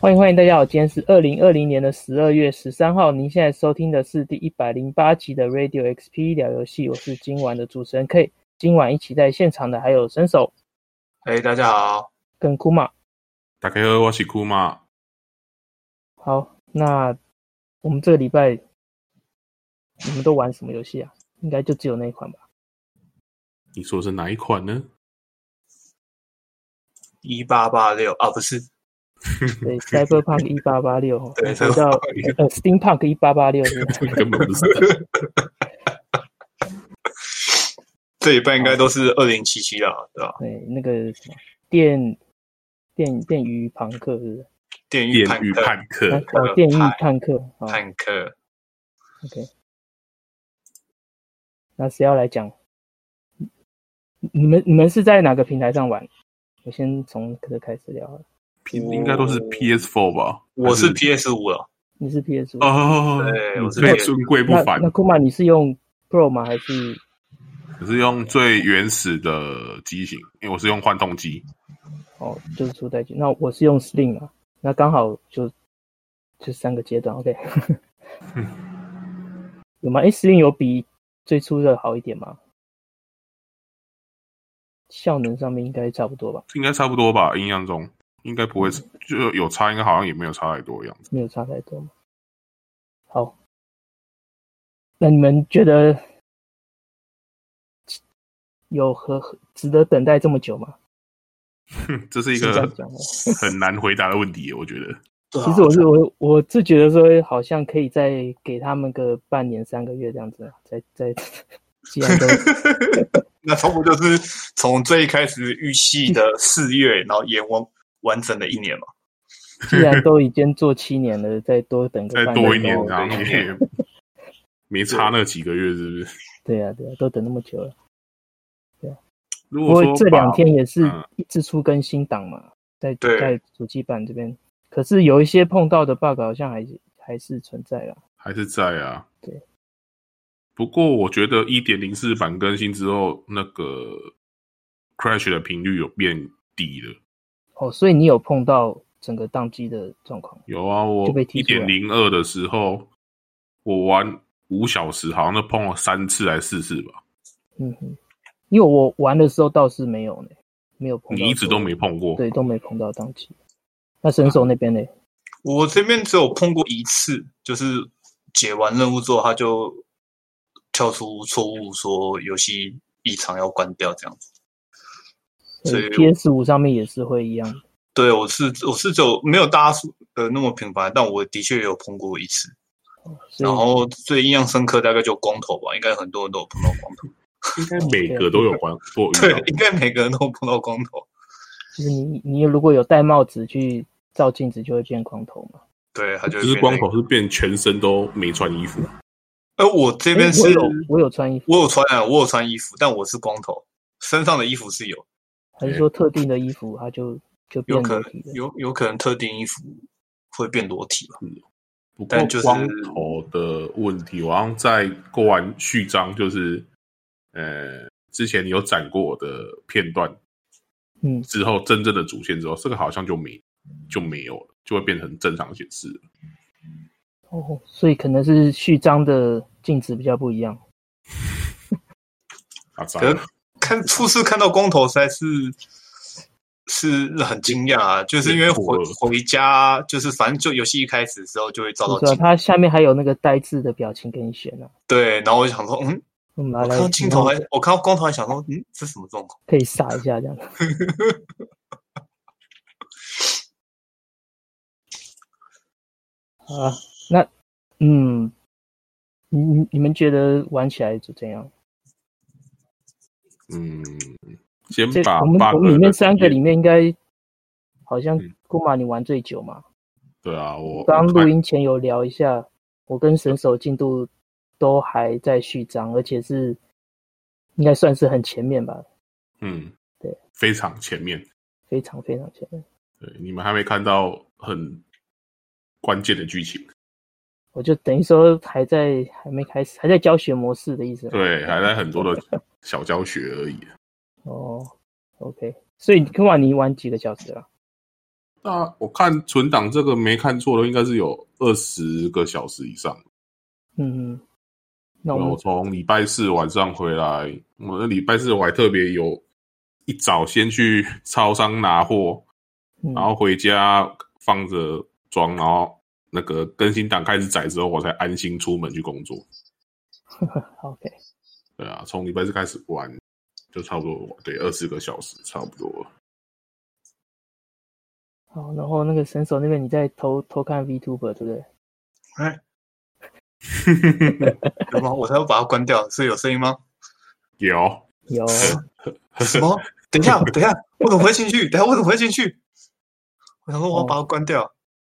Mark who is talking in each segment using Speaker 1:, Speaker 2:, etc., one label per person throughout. Speaker 1: 欢迎欢迎大家好，今天是二零二零年的十二月十三号，您现在收听的是第一百零八集的 Radio XP 聊游戏，我是今晚的主持人 K。今晚一起在现场的还有伸手
Speaker 2: 哎、大家好，
Speaker 1: 跟库玛。
Speaker 3: 大家好，我是库嘛。
Speaker 1: 好，那我们这个礼拜你们都玩什么游戏啊？应该就只有那一款吧。
Speaker 3: 你说是哪一款呢？
Speaker 2: 一八八六啊，不是，
Speaker 1: 对 ，Cyberpunk 一八八六，
Speaker 2: 对
Speaker 1: 回到
Speaker 2: 1886
Speaker 1: 呃 Steampunk 一八八六，
Speaker 3: 根本不是。
Speaker 2: 这一半应该都是二零七七了，对吧？
Speaker 1: 对，那个什么电电电鱼朋克是不是？
Speaker 2: 电 狱
Speaker 3: 电
Speaker 2: 叛
Speaker 3: 狱
Speaker 2: 客，
Speaker 3: 叛客，
Speaker 1: 哦，电狱叛客，好
Speaker 2: 叛客，
Speaker 1: ，OK。那谁要来讲？你你们你们是在哪个平台上玩？我先从这个开始聊好了。
Speaker 3: 应该都
Speaker 1: 哦
Speaker 3: 是 PS4 吧？
Speaker 2: 哦我是
Speaker 3: 还
Speaker 2: PS 五了，
Speaker 1: 你是 PS 五、
Speaker 3: 哦，
Speaker 2: 对我是
Speaker 3: 你对
Speaker 2: PS
Speaker 3: 尊贵不
Speaker 1: 那
Speaker 3: 凡
Speaker 1: 那，库玛你是用 Pro 吗？还是
Speaker 3: 我是用最原始的机型，因为我是用幻动机。
Speaker 1: 哦，就是初代机？那我是用 Slim 啊，那刚好就就三个阶段，OK
Speaker 3: 嗯
Speaker 1: 有吗？哎、s l i m 有比最初的好一点吗？效能上面应该差不多吧，
Speaker 3: 应该差不多吧，印象中应该不会
Speaker 2: 嗯
Speaker 3: 就有差，应该好像也没有差太多的样子。
Speaker 1: 没有差太多嘛。好，那你们觉得有和值得等待这么久吗？
Speaker 3: 哼这是一
Speaker 1: 是这
Speaker 3: 个
Speaker 1: 样讲吗
Speaker 3: 很难回答的问题，我觉得。
Speaker 2: 对啊
Speaker 1: 其实我是我我是觉得说，好像可以再给他们个半年三个月这样子，啊再再既然都
Speaker 2: 那差不多就是从最一开始预期的四月，然后延完完整的一年嘛。
Speaker 1: 既然都已经做七年了，再多等个
Speaker 3: 再
Speaker 1: 半
Speaker 3: 多一
Speaker 1: 年
Speaker 3: 年，
Speaker 1: 哦
Speaker 3: 然后也没差那几个月，是不是？
Speaker 1: 对呀、啊、对呀、啊，都等那么久了。
Speaker 3: 如
Speaker 1: 不
Speaker 3: 果
Speaker 1: 过
Speaker 3: 说
Speaker 1: 这两
Speaker 3: 把
Speaker 1: 天也是
Speaker 3: 嗯
Speaker 1: 一直出更新档嘛，在
Speaker 2: 对
Speaker 1: 在主机版这边，可是有一些碰到的 bug 好像还是还是存在啦。
Speaker 3: 还是在啊。
Speaker 1: 对。
Speaker 3: 不过我觉得一点零四版更新之后，那个 crash 的频率有变低了。
Speaker 1: 哦，所以你有碰到整个宕机的状况，
Speaker 3: 有啊，我
Speaker 1: 就被
Speaker 3: 一
Speaker 1: 踢出来
Speaker 3: 点零二的时候，我玩五小时，好像都碰了三次还是四次吧。
Speaker 1: 嗯哼，因为我玩的时候倒是没有呢，没有碰到，
Speaker 3: 你一直都没碰嗯过，
Speaker 1: 对，都没碰到当期。那神手那边呢？
Speaker 2: 我这边只有碰过一次，就是解完任务之后，他就跳出错误说游戏异常要关掉这样子。
Speaker 1: 所
Speaker 2: 所
Speaker 1: 以
Speaker 2: 以
Speaker 1: PS 呃五上面也是会一样的。
Speaker 2: 对我是我是只有没有大家说呃那么频繁，但我的确有碰过一次。
Speaker 1: 哦所以
Speaker 2: 然后最印象深刻大概就光头吧，应该很多人都有碰到光头。
Speaker 3: 应该每
Speaker 1: 啊
Speaker 3: 个都有玩过。
Speaker 2: 对，应该每个人都碰到光头。
Speaker 1: 就是你你如果有戴帽子去照镜子，就会变光头嘛。
Speaker 2: 对，他就
Speaker 3: 就
Speaker 2: 会
Speaker 3: 是
Speaker 2: 变
Speaker 3: 光
Speaker 2: 那个。
Speaker 3: 头是变全身都没穿衣服，
Speaker 2: 呃，我这
Speaker 1: 诶
Speaker 2: 边是
Speaker 1: 我有我有穿衣服，
Speaker 2: 我有穿啊，我有穿衣服，但我是光头，身上的衣服是有，
Speaker 1: 还是说特定的衣服它就就变
Speaker 2: 有可
Speaker 1: 裸
Speaker 2: 能
Speaker 1: 体了？
Speaker 2: 有有可能特定衣服会变裸体吧。
Speaker 3: 不过
Speaker 2: 但就是
Speaker 3: 光头的问题，我好像在过完序章，就是呃之前你有展过我的片段
Speaker 1: 嗯，
Speaker 3: 之后，真正的主线之后，这个好像就没就没有了，就会变成正常显示了。
Speaker 1: 哦，所以可能是序章的镜子比较不一样。
Speaker 3: 啊，糟
Speaker 2: 可
Speaker 3: 了
Speaker 2: 是看初次看到光头实在是是很惊讶啊，就是因为回
Speaker 3: 有点错
Speaker 2: 回家，就是反正就游戏一开始的时候就会照到
Speaker 1: 不是啊，
Speaker 2: 镜头，
Speaker 1: 它下面还有那个呆滞的表情给你选啊。
Speaker 2: 对，然后我就想说，嗯，
Speaker 1: 我们
Speaker 2: 我
Speaker 1: 拿
Speaker 2: 看
Speaker 1: 来
Speaker 2: 到镜头还，我看到光头还想说，嗯，这什么状况？
Speaker 1: 可以撒一下这 样。好啊，那嗯，你你你们觉得玩起来就怎样？
Speaker 3: 嗯，先
Speaker 1: 这
Speaker 3: 嗯把
Speaker 1: 我们
Speaker 3: bug
Speaker 1: 我们里面
Speaker 3: 的
Speaker 1: 三个里
Speaker 3: 体验
Speaker 1: 面应该好像
Speaker 3: 嗯
Speaker 1: 姑妈你玩最久嘛？
Speaker 3: 对啊，我
Speaker 1: 刚
Speaker 3: 我看
Speaker 1: 录音前有聊一下，我跟神手进度都还在序章，而且是应该算是很前面吧，
Speaker 3: 嗯，
Speaker 1: 对，
Speaker 3: 非常前面，
Speaker 1: 非常非常前面。
Speaker 3: 对，你们还没看到很关键的剧情，
Speaker 1: 我就等于说还在还没开始，还在教学模式的意思吗。啊
Speaker 3: 对，还在很多的小教学而已。
Speaker 1: 哦，OK，所以科瓦尼玩几个小时了？
Speaker 3: 那我看存档这个没看错的，应该是有二十个小时以上。
Speaker 1: 嗯嗯，那我
Speaker 3: 我
Speaker 1: 们
Speaker 3: 从礼拜四晚上回来，我那礼拜四我还特别有一早先去超商拿货，
Speaker 1: 嗯
Speaker 3: 然后回家放着装，然后那个更新档开始载之后，我才安心出门去工作。
Speaker 1: OK，
Speaker 3: 对啊，从礼拜四开始玩，就差不多对二十个小时，差不多了。
Speaker 1: 好，然后那个神手那边你在偷偷看 VTuber 对不对？
Speaker 2: 有吗？我才要把它关掉，是有声音吗？
Speaker 3: 有，
Speaker 1: 有，
Speaker 2: 什么？等一下，等一下，我怎么会进去？等一下我怎么会进去？我想说我要把它关掉，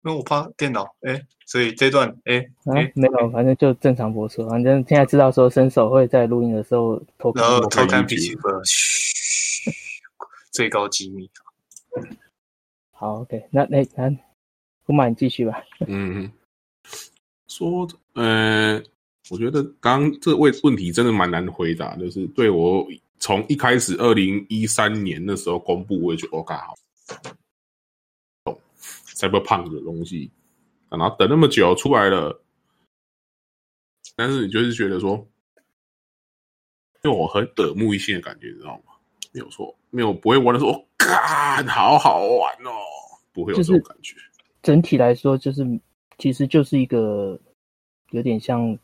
Speaker 2: 因为我怕电脑。哎、所以这段哎
Speaker 1: 啊
Speaker 2: 哎，
Speaker 1: 没有，反正就正常播出。反正现在知道说伸手会在录音的时候偷看
Speaker 2: 然后
Speaker 1: 我
Speaker 2: 偷
Speaker 3: 看
Speaker 2: 看
Speaker 3: YouTube
Speaker 2: 笔记本，嘘最高机密。
Speaker 1: 好，OK，那那那，不满你继续吧。
Speaker 3: 嗯，说，呃，我觉得刚刚这个问问题真的蛮难回答，就是对我从一开始二零一三年那时候公布，我也觉得我靠，好懂 Cyberpunk 的东西，啊然后等那么久出来了，但是你就是觉得说，因为我很耳目一新的感觉，你知道吗？没有错，没有不会玩的时候，哦干、好好玩哦，不会有这种感觉。
Speaker 1: 整体来说，就是其实就是一个有点像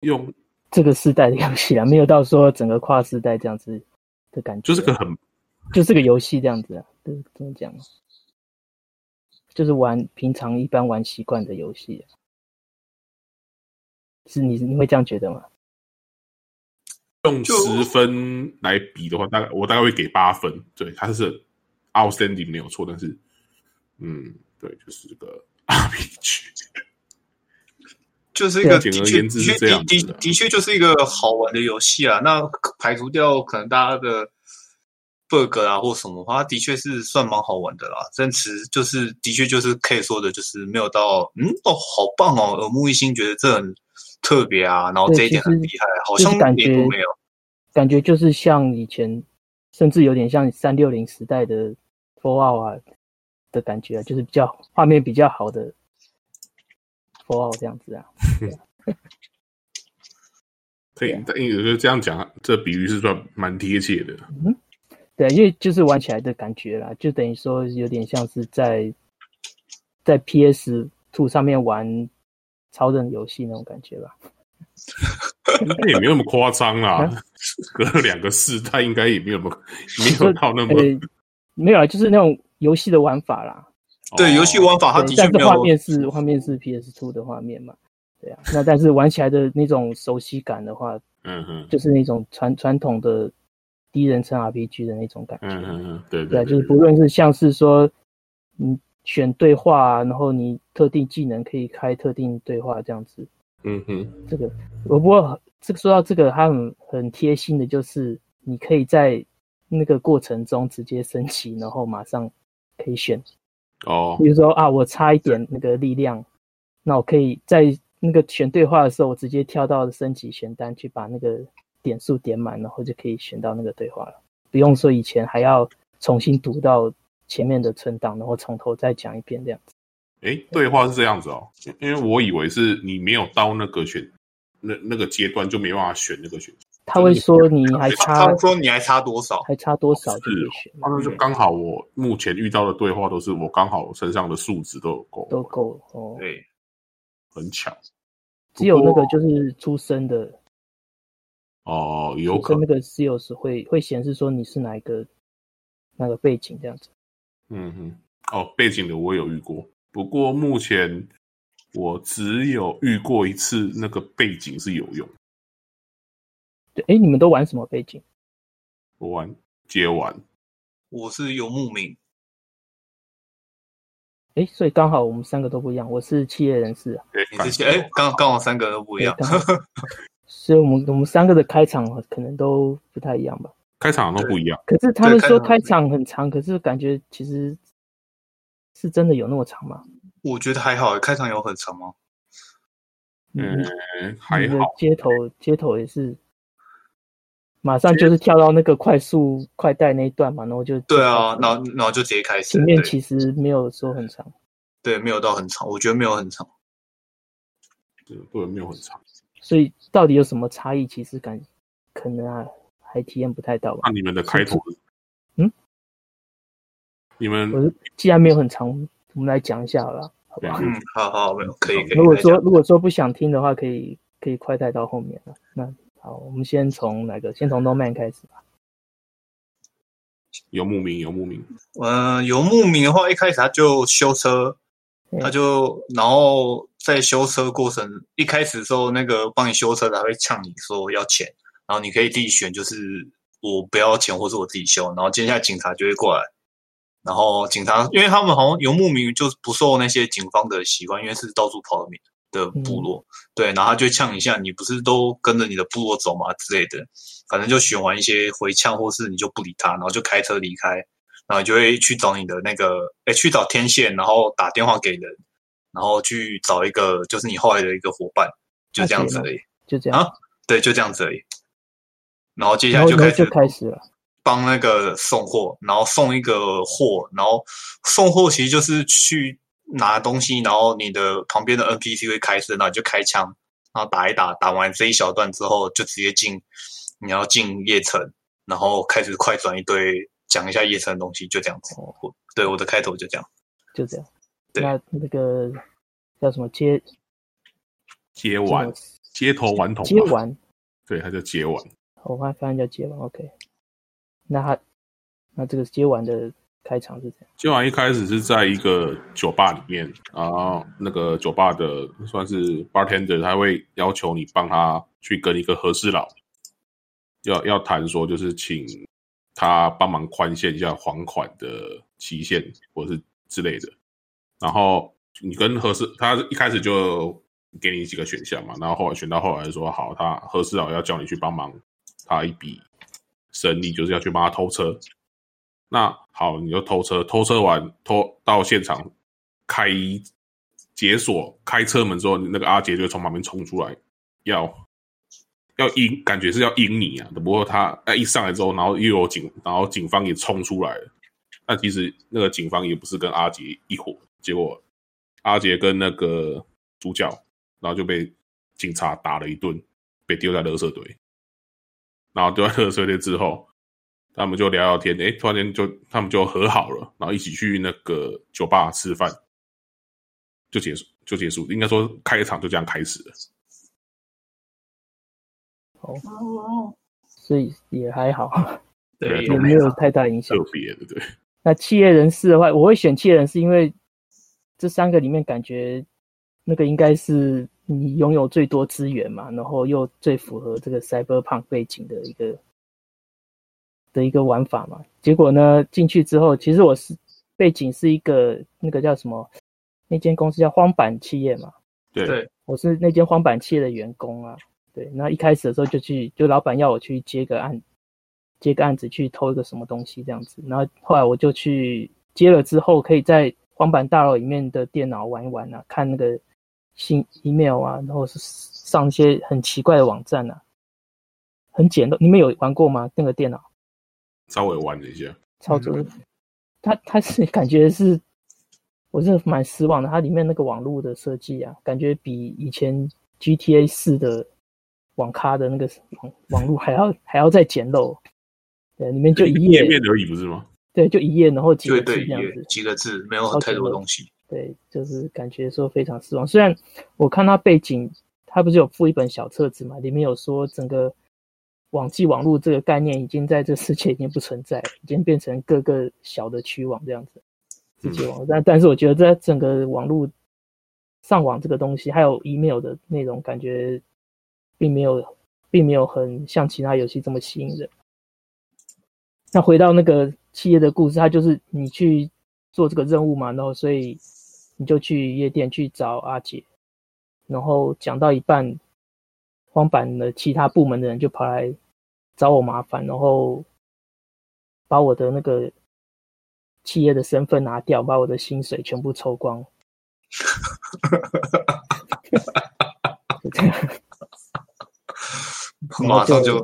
Speaker 3: 用
Speaker 1: 这个世代的游戏啦，啊没有到说整个跨世代这样子的感觉，啊
Speaker 3: 就是个很
Speaker 1: 就是个游戏这样子啊，对，怎么讲啊？就是玩平常一般玩习惯的游戏啊、是你你会这样觉得吗？
Speaker 3: 用
Speaker 2: 就
Speaker 3: 十分来比的话，大概我大概会给八分。对，它是 outstanding 没有错，但是嗯，对，就是个 RPG。
Speaker 2: 就是一个
Speaker 3: 对
Speaker 2: 的确
Speaker 3: 啊简而言之是这
Speaker 2: 的
Speaker 3: 样子
Speaker 2: 确
Speaker 3: 的
Speaker 2: 的的确就是一个好玩的游戏啊。那排除掉可能大家的 bug 啊或什么的话，它的确是算蛮好玩的啦。但其实就是的确就是可以说的，就是没有到嗯哦好棒哦，耳目一新，觉得这很特别啊，然后
Speaker 1: 对
Speaker 2: 这一点
Speaker 1: 其实
Speaker 2: 很厉害，好
Speaker 1: 就是
Speaker 2: 像
Speaker 1: 感
Speaker 2: 也
Speaker 1: 觉
Speaker 2: 都没有。
Speaker 1: 感觉就是像以前，甚至有点像三六零时代的 Fallout 啊的感觉、啊，就是比较画面比较好的 Fallout 这样子啊。
Speaker 3: 可以，但因为就这样讲，这比喻是算蛮贴切的。
Speaker 1: 对，啊因为就是玩起来的感觉啦，就等于说有点像是在在 PS Two 上面玩超人游戏那种感觉吧。
Speaker 3: 那也没有那么夸张啦
Speaker 1: 嗯，
Speaker 3: 隔了两个世代，应该也没有那么没有到
Speaker 2: 嗯
Speaker 3: 那么、
Speaker 1: 呃，没有啦，就是那种游戏的玩法啦。
Speaker 3: 哦
Speaker 2: 对，游戏
Speaker 3: 我
Speaker 2: 玩法啊它的
Speaker 1: 对
Speaker 2: 确
Speaker 1: 但
Speaker 2: 没
Speaker 1: 是画
Speaker 2: 有
Speaker 1: 面是画面是 PS Two 的画面嘛。对啊，那但是玩起来的那种熟悉感的话，
Speaker 3: 嗯哼
Speaker 1: 就是那种传传统的第一人称 RPG 的那种感觉。
Speaker 3: 嗯哼嗯，对
Speaker 1: 对啊，
Speaker 3: 对
Speaker 1: 就是不
Speaker 3: 对
Speaker 1: 论是像是说你选对话、啊，然后你特定技能可以开特定对话这样子。
Speaker 3: 嗯哼，
Speaker 1: 这个我不过这个说到这个，它很很贴心的，就是你可以在那个过程中直接升级，然后马上可以选，
Speaker 3: 哦
Speaker 1: 比，如说啊，我差一点那个力量，那我可以在那个选对话的时候，我直接跳到升级选单去把那个点数点满，然后就可以选到那个对话了，不用说以前还要重新读到前面的存档，然后从头再讲一遍这样子。
Speaker 3: 诶，对话是这样子哦，因因为我以为是你没有到那个选那那个阶段就没办法选那个选，
Speaker 1: 他会说你还
Speaker 2: 他
Speaker 1: 差
Speaker 2: 们说你还差多少？
Speaker 1: 还差多少就可
Speaker 3: 是
Speaker 1: 以
Speaker 3: 哦
Speaker 1: 选，
Speaker 3: 那就刚好我目前遇到的对话都是我刚好身上的数值都有够，
Speaker 1: 都够了哦。
Speaker 2: 对，
Speaker 3: 很巧
Speaker 1: 只有那个就是出生的，
Speaker 3: 哦，有
Speaker 1: 出
Speaker 3: 可
Speaker 1: 生
Speaker 3: 能
Speaker 1: 那，个 COS 会会显示说你是哪一个那个背景这样子。
Speaker 3: 嗯哼，哦，背景的我有遇过，不过目前我只有遇过一次那个背景是有用，
Speaker 1: 对，哎，你们都玩什么背景？
Speaker 3: 我玩接完，
Speaker 2: 我是游牧民，
Speaker 1: 哎，所以刚好我们三个都不一样，我是企业人士啊，
Speaker 3: 诶
Speaker 2: 你
Speaker 3: 感
Speaker 2: 这些
Speaker 3: 觉
Speaker 2: 哎，刚刚好三个都不一样
Speaker 1: 对。刚好所以我们我们三个的开场可能都不太一样吧。
Speaker 3: 开场都不一样，
Speaker 1: 可是他们
Speaker 2: 对
Speaker 1: 说
Speaker 2: 开
Speaker 1: 开
Speaker 2: 场
Speaker 1: 场很长，可是感觉其实是真的有那么长吗？
Speaker 2: 我觉得还好，开场有很长吗？
Speaker 1: 你
Speaker 3: 嗯
Speaker 1: 你，
Speaker 3: 哎还
Speaker 1: 你的
Speaker 3: 好，
Speaker 1: 街头街头也是马上就是跳到那个快速快带那一段嘛，然后就
Speaker 2: 对啊，然后然后就直接开始
Speaker 1: 前面
Speaker 2: 对
Speaker 1: 其实没有说很长，
Speaker 2: 对，没有到很长，我觉得没有很长。
Speaker 1: 嗯
Speaker 3: 这个队没有很长。
Speaker 1: 所以到底有什么差异，其实感可能啊还体验不太到吧。
Speaker 2: 啊
Speaker 3: 那你们的开头是，
Speaker 1: 嗯，
Speaker 3: 你们
Speaker 1: 我是既然没有很长，我们来讲一下好了，好吧？
Speaker 2: 嗯，好好，没有，可以可以。
Speaker 1: 如果
Speaker 2: 再
Speaker 1: 说
Speaker 2: 讲
Speaker 1: 如果说不想听的话，可以可以快带到后面了。那好，我们先从哪个？先从 No Man 开始吧。
Speaker 3: 游牧民，游牧民，
Speaker 2: 嗯，游牧民的话，一开始他就修车，
Speaker 1: 对
Speaker 2: 他就呃然后在修车过程，一开始的时候，那个帮你修车的还会呛你说要钱，然后你可以自己选，就是我不要钱，或是我自己修。然后接下来警察就会过来，然后警察因为他们好像游牧民就是不受那些警方的喜欢，因为是到处跑的民的部落，对，然后他就会呛一下，你不是都跟着你的部落走嘛之类的，反正就选完一些回呛，或是你就不理他，然后就开车离开。然后你就会去找你的那个，哎，去找天线，然后打电话给人，然后去找一个就是你后来的一个伙伴，就这样子而已。
Speaker 1: 就这样
Speaker 2: 啊，对，就这样子而已。然后接下
Speaker 1: 然后
Speaker 2: 来就
Speaker 1: 然后
Speaker 2: 开
Speaker 1: 就
Speaker 2: 始
Speaker 1: 开始了。
Speaker 2: 帮那个送货，然后送一个货，然后送货其实就是去拿东西，然后你的旁边的 NPC 会开车，然后你就开枪，然后打一打，打完这一小段之后，就直接进你要进夜城，然后开始快转一堆，讲一下夜城的东西，就这样子。
Speaker 1: 哦
Speaker 2: 我对我的开头就这样。
Speaker 1: 就这样。
Speaker 2: 对
Speaker 1: 那那个叫什么接
Speaker 3: 接完，街头顽童吧，
Speaker 1: 接完，哦
Speaker 3: 对，他叫接完。
Speaker 1: 我发发现叫接完，OK。那他那这个接完的开场是这样，
Speaker 3: 今晚一开始是在一个酒吧里面，然后那个酒吧的算是 bartender，他会要求你帮他去跟一个和事佬要要谈说，就是请他帮忙宽限一下还款的期限或是之类的。然后你跟和事，他一开始就给你几个选项嘛，然后后来选到后来说好，他和事佬要叫你去帮忙他一笔生意，就是要去帮他偷车。那好，你就偷车，偷车完偷到现场开解锁开车门之后，那个阿杰就从旁边冲出来，要要阴，感觉是要阴你啊。只不过他哎一上来之后，然后又有警，然后警方也冲出来了。但其实那个警方也不是跟阿杰一伙，结果阿杰跟那个主角，然后就被警察打了一顿，被丢在垃圾堆。然后丢在热水队之后，他们就聊聊天，诶，突然间就他们就和好了，然后一起去那个酒吧吃饭，就结束，就结束。应该说开场就这样开始了。
Speaker 1: 所以也还好，
Speaker 3: 对
Speaker 1: 也
Speaker 3: 都
Speaker 1: 没有太大影响
Speaker 3: 特。别的，对，
Speaker 1: 那企业人士的话，我会选企业人士，因为这三个里面感觉那个应该是你拥有最多资源嘛，然后又最符合这个 cyberpunk 背景的一个的一个玩法嘛。结果呢，进去之后，其实我是背景是一个那个叫什么，那间公司叫荒坂企业嘛，
Speaker 3: 对，
Speaker 2: 对
Speaker 1: 我是那间荒坂企业的员工啊。对，那一开始的时候就去，就老板要我去接个案，接个案子去偷一个什么东西这样子。然后后来我就去接了之后，可以在荒坂大楼里面的电脑玩一玩啊，看那个信 email 啊，然后是上一些很奇怪的网站啊，很简陋。你们有玩过吗？那个电脑？
Speaker 3: 稍微玩了一下，
Speaker 1: 操作，它它是 感觉是，我是蛮失望的。它里面那个网络的设计啊，感觉比以前 GTA 四的网咖的那个网网络还要还要再简陋。对，里面就一页，
Speaker 3: 页面而已，不是吗？
Speaker 1: 对，就一页，然后几个
Speaker 2: 对
Speaker 1: 字
Speaker 2: 对，
Speaker 1: 这样
Speaker 2: 也
Speaker 1: 子。
Speaker 2: 几个字，没有太多东 西。
Speaker 1: 对，就是感觉说非常失望。虽然我看它背景，它不是有附一本小册子嘛，里面有说整个网际网络这个概念已经在这世界已经不存在了，已经变成各个小的区网这样子，世界网络。但但是我觉得在整个网络上网这个东西，还有 email 的内容，感觉并没有并没有很像其他游戏这么吸引人。那回到那个企业的故事，它就是你去做这个任务嘛，然后所以你就去夜店去找阿杰，然后讲到一半，荒坂的其他部门的人就跑来找我麻烦，然后把我的那个企业的身份拿掉，把我的薪水全部抽光。 就这样
Speaker 2: 马上就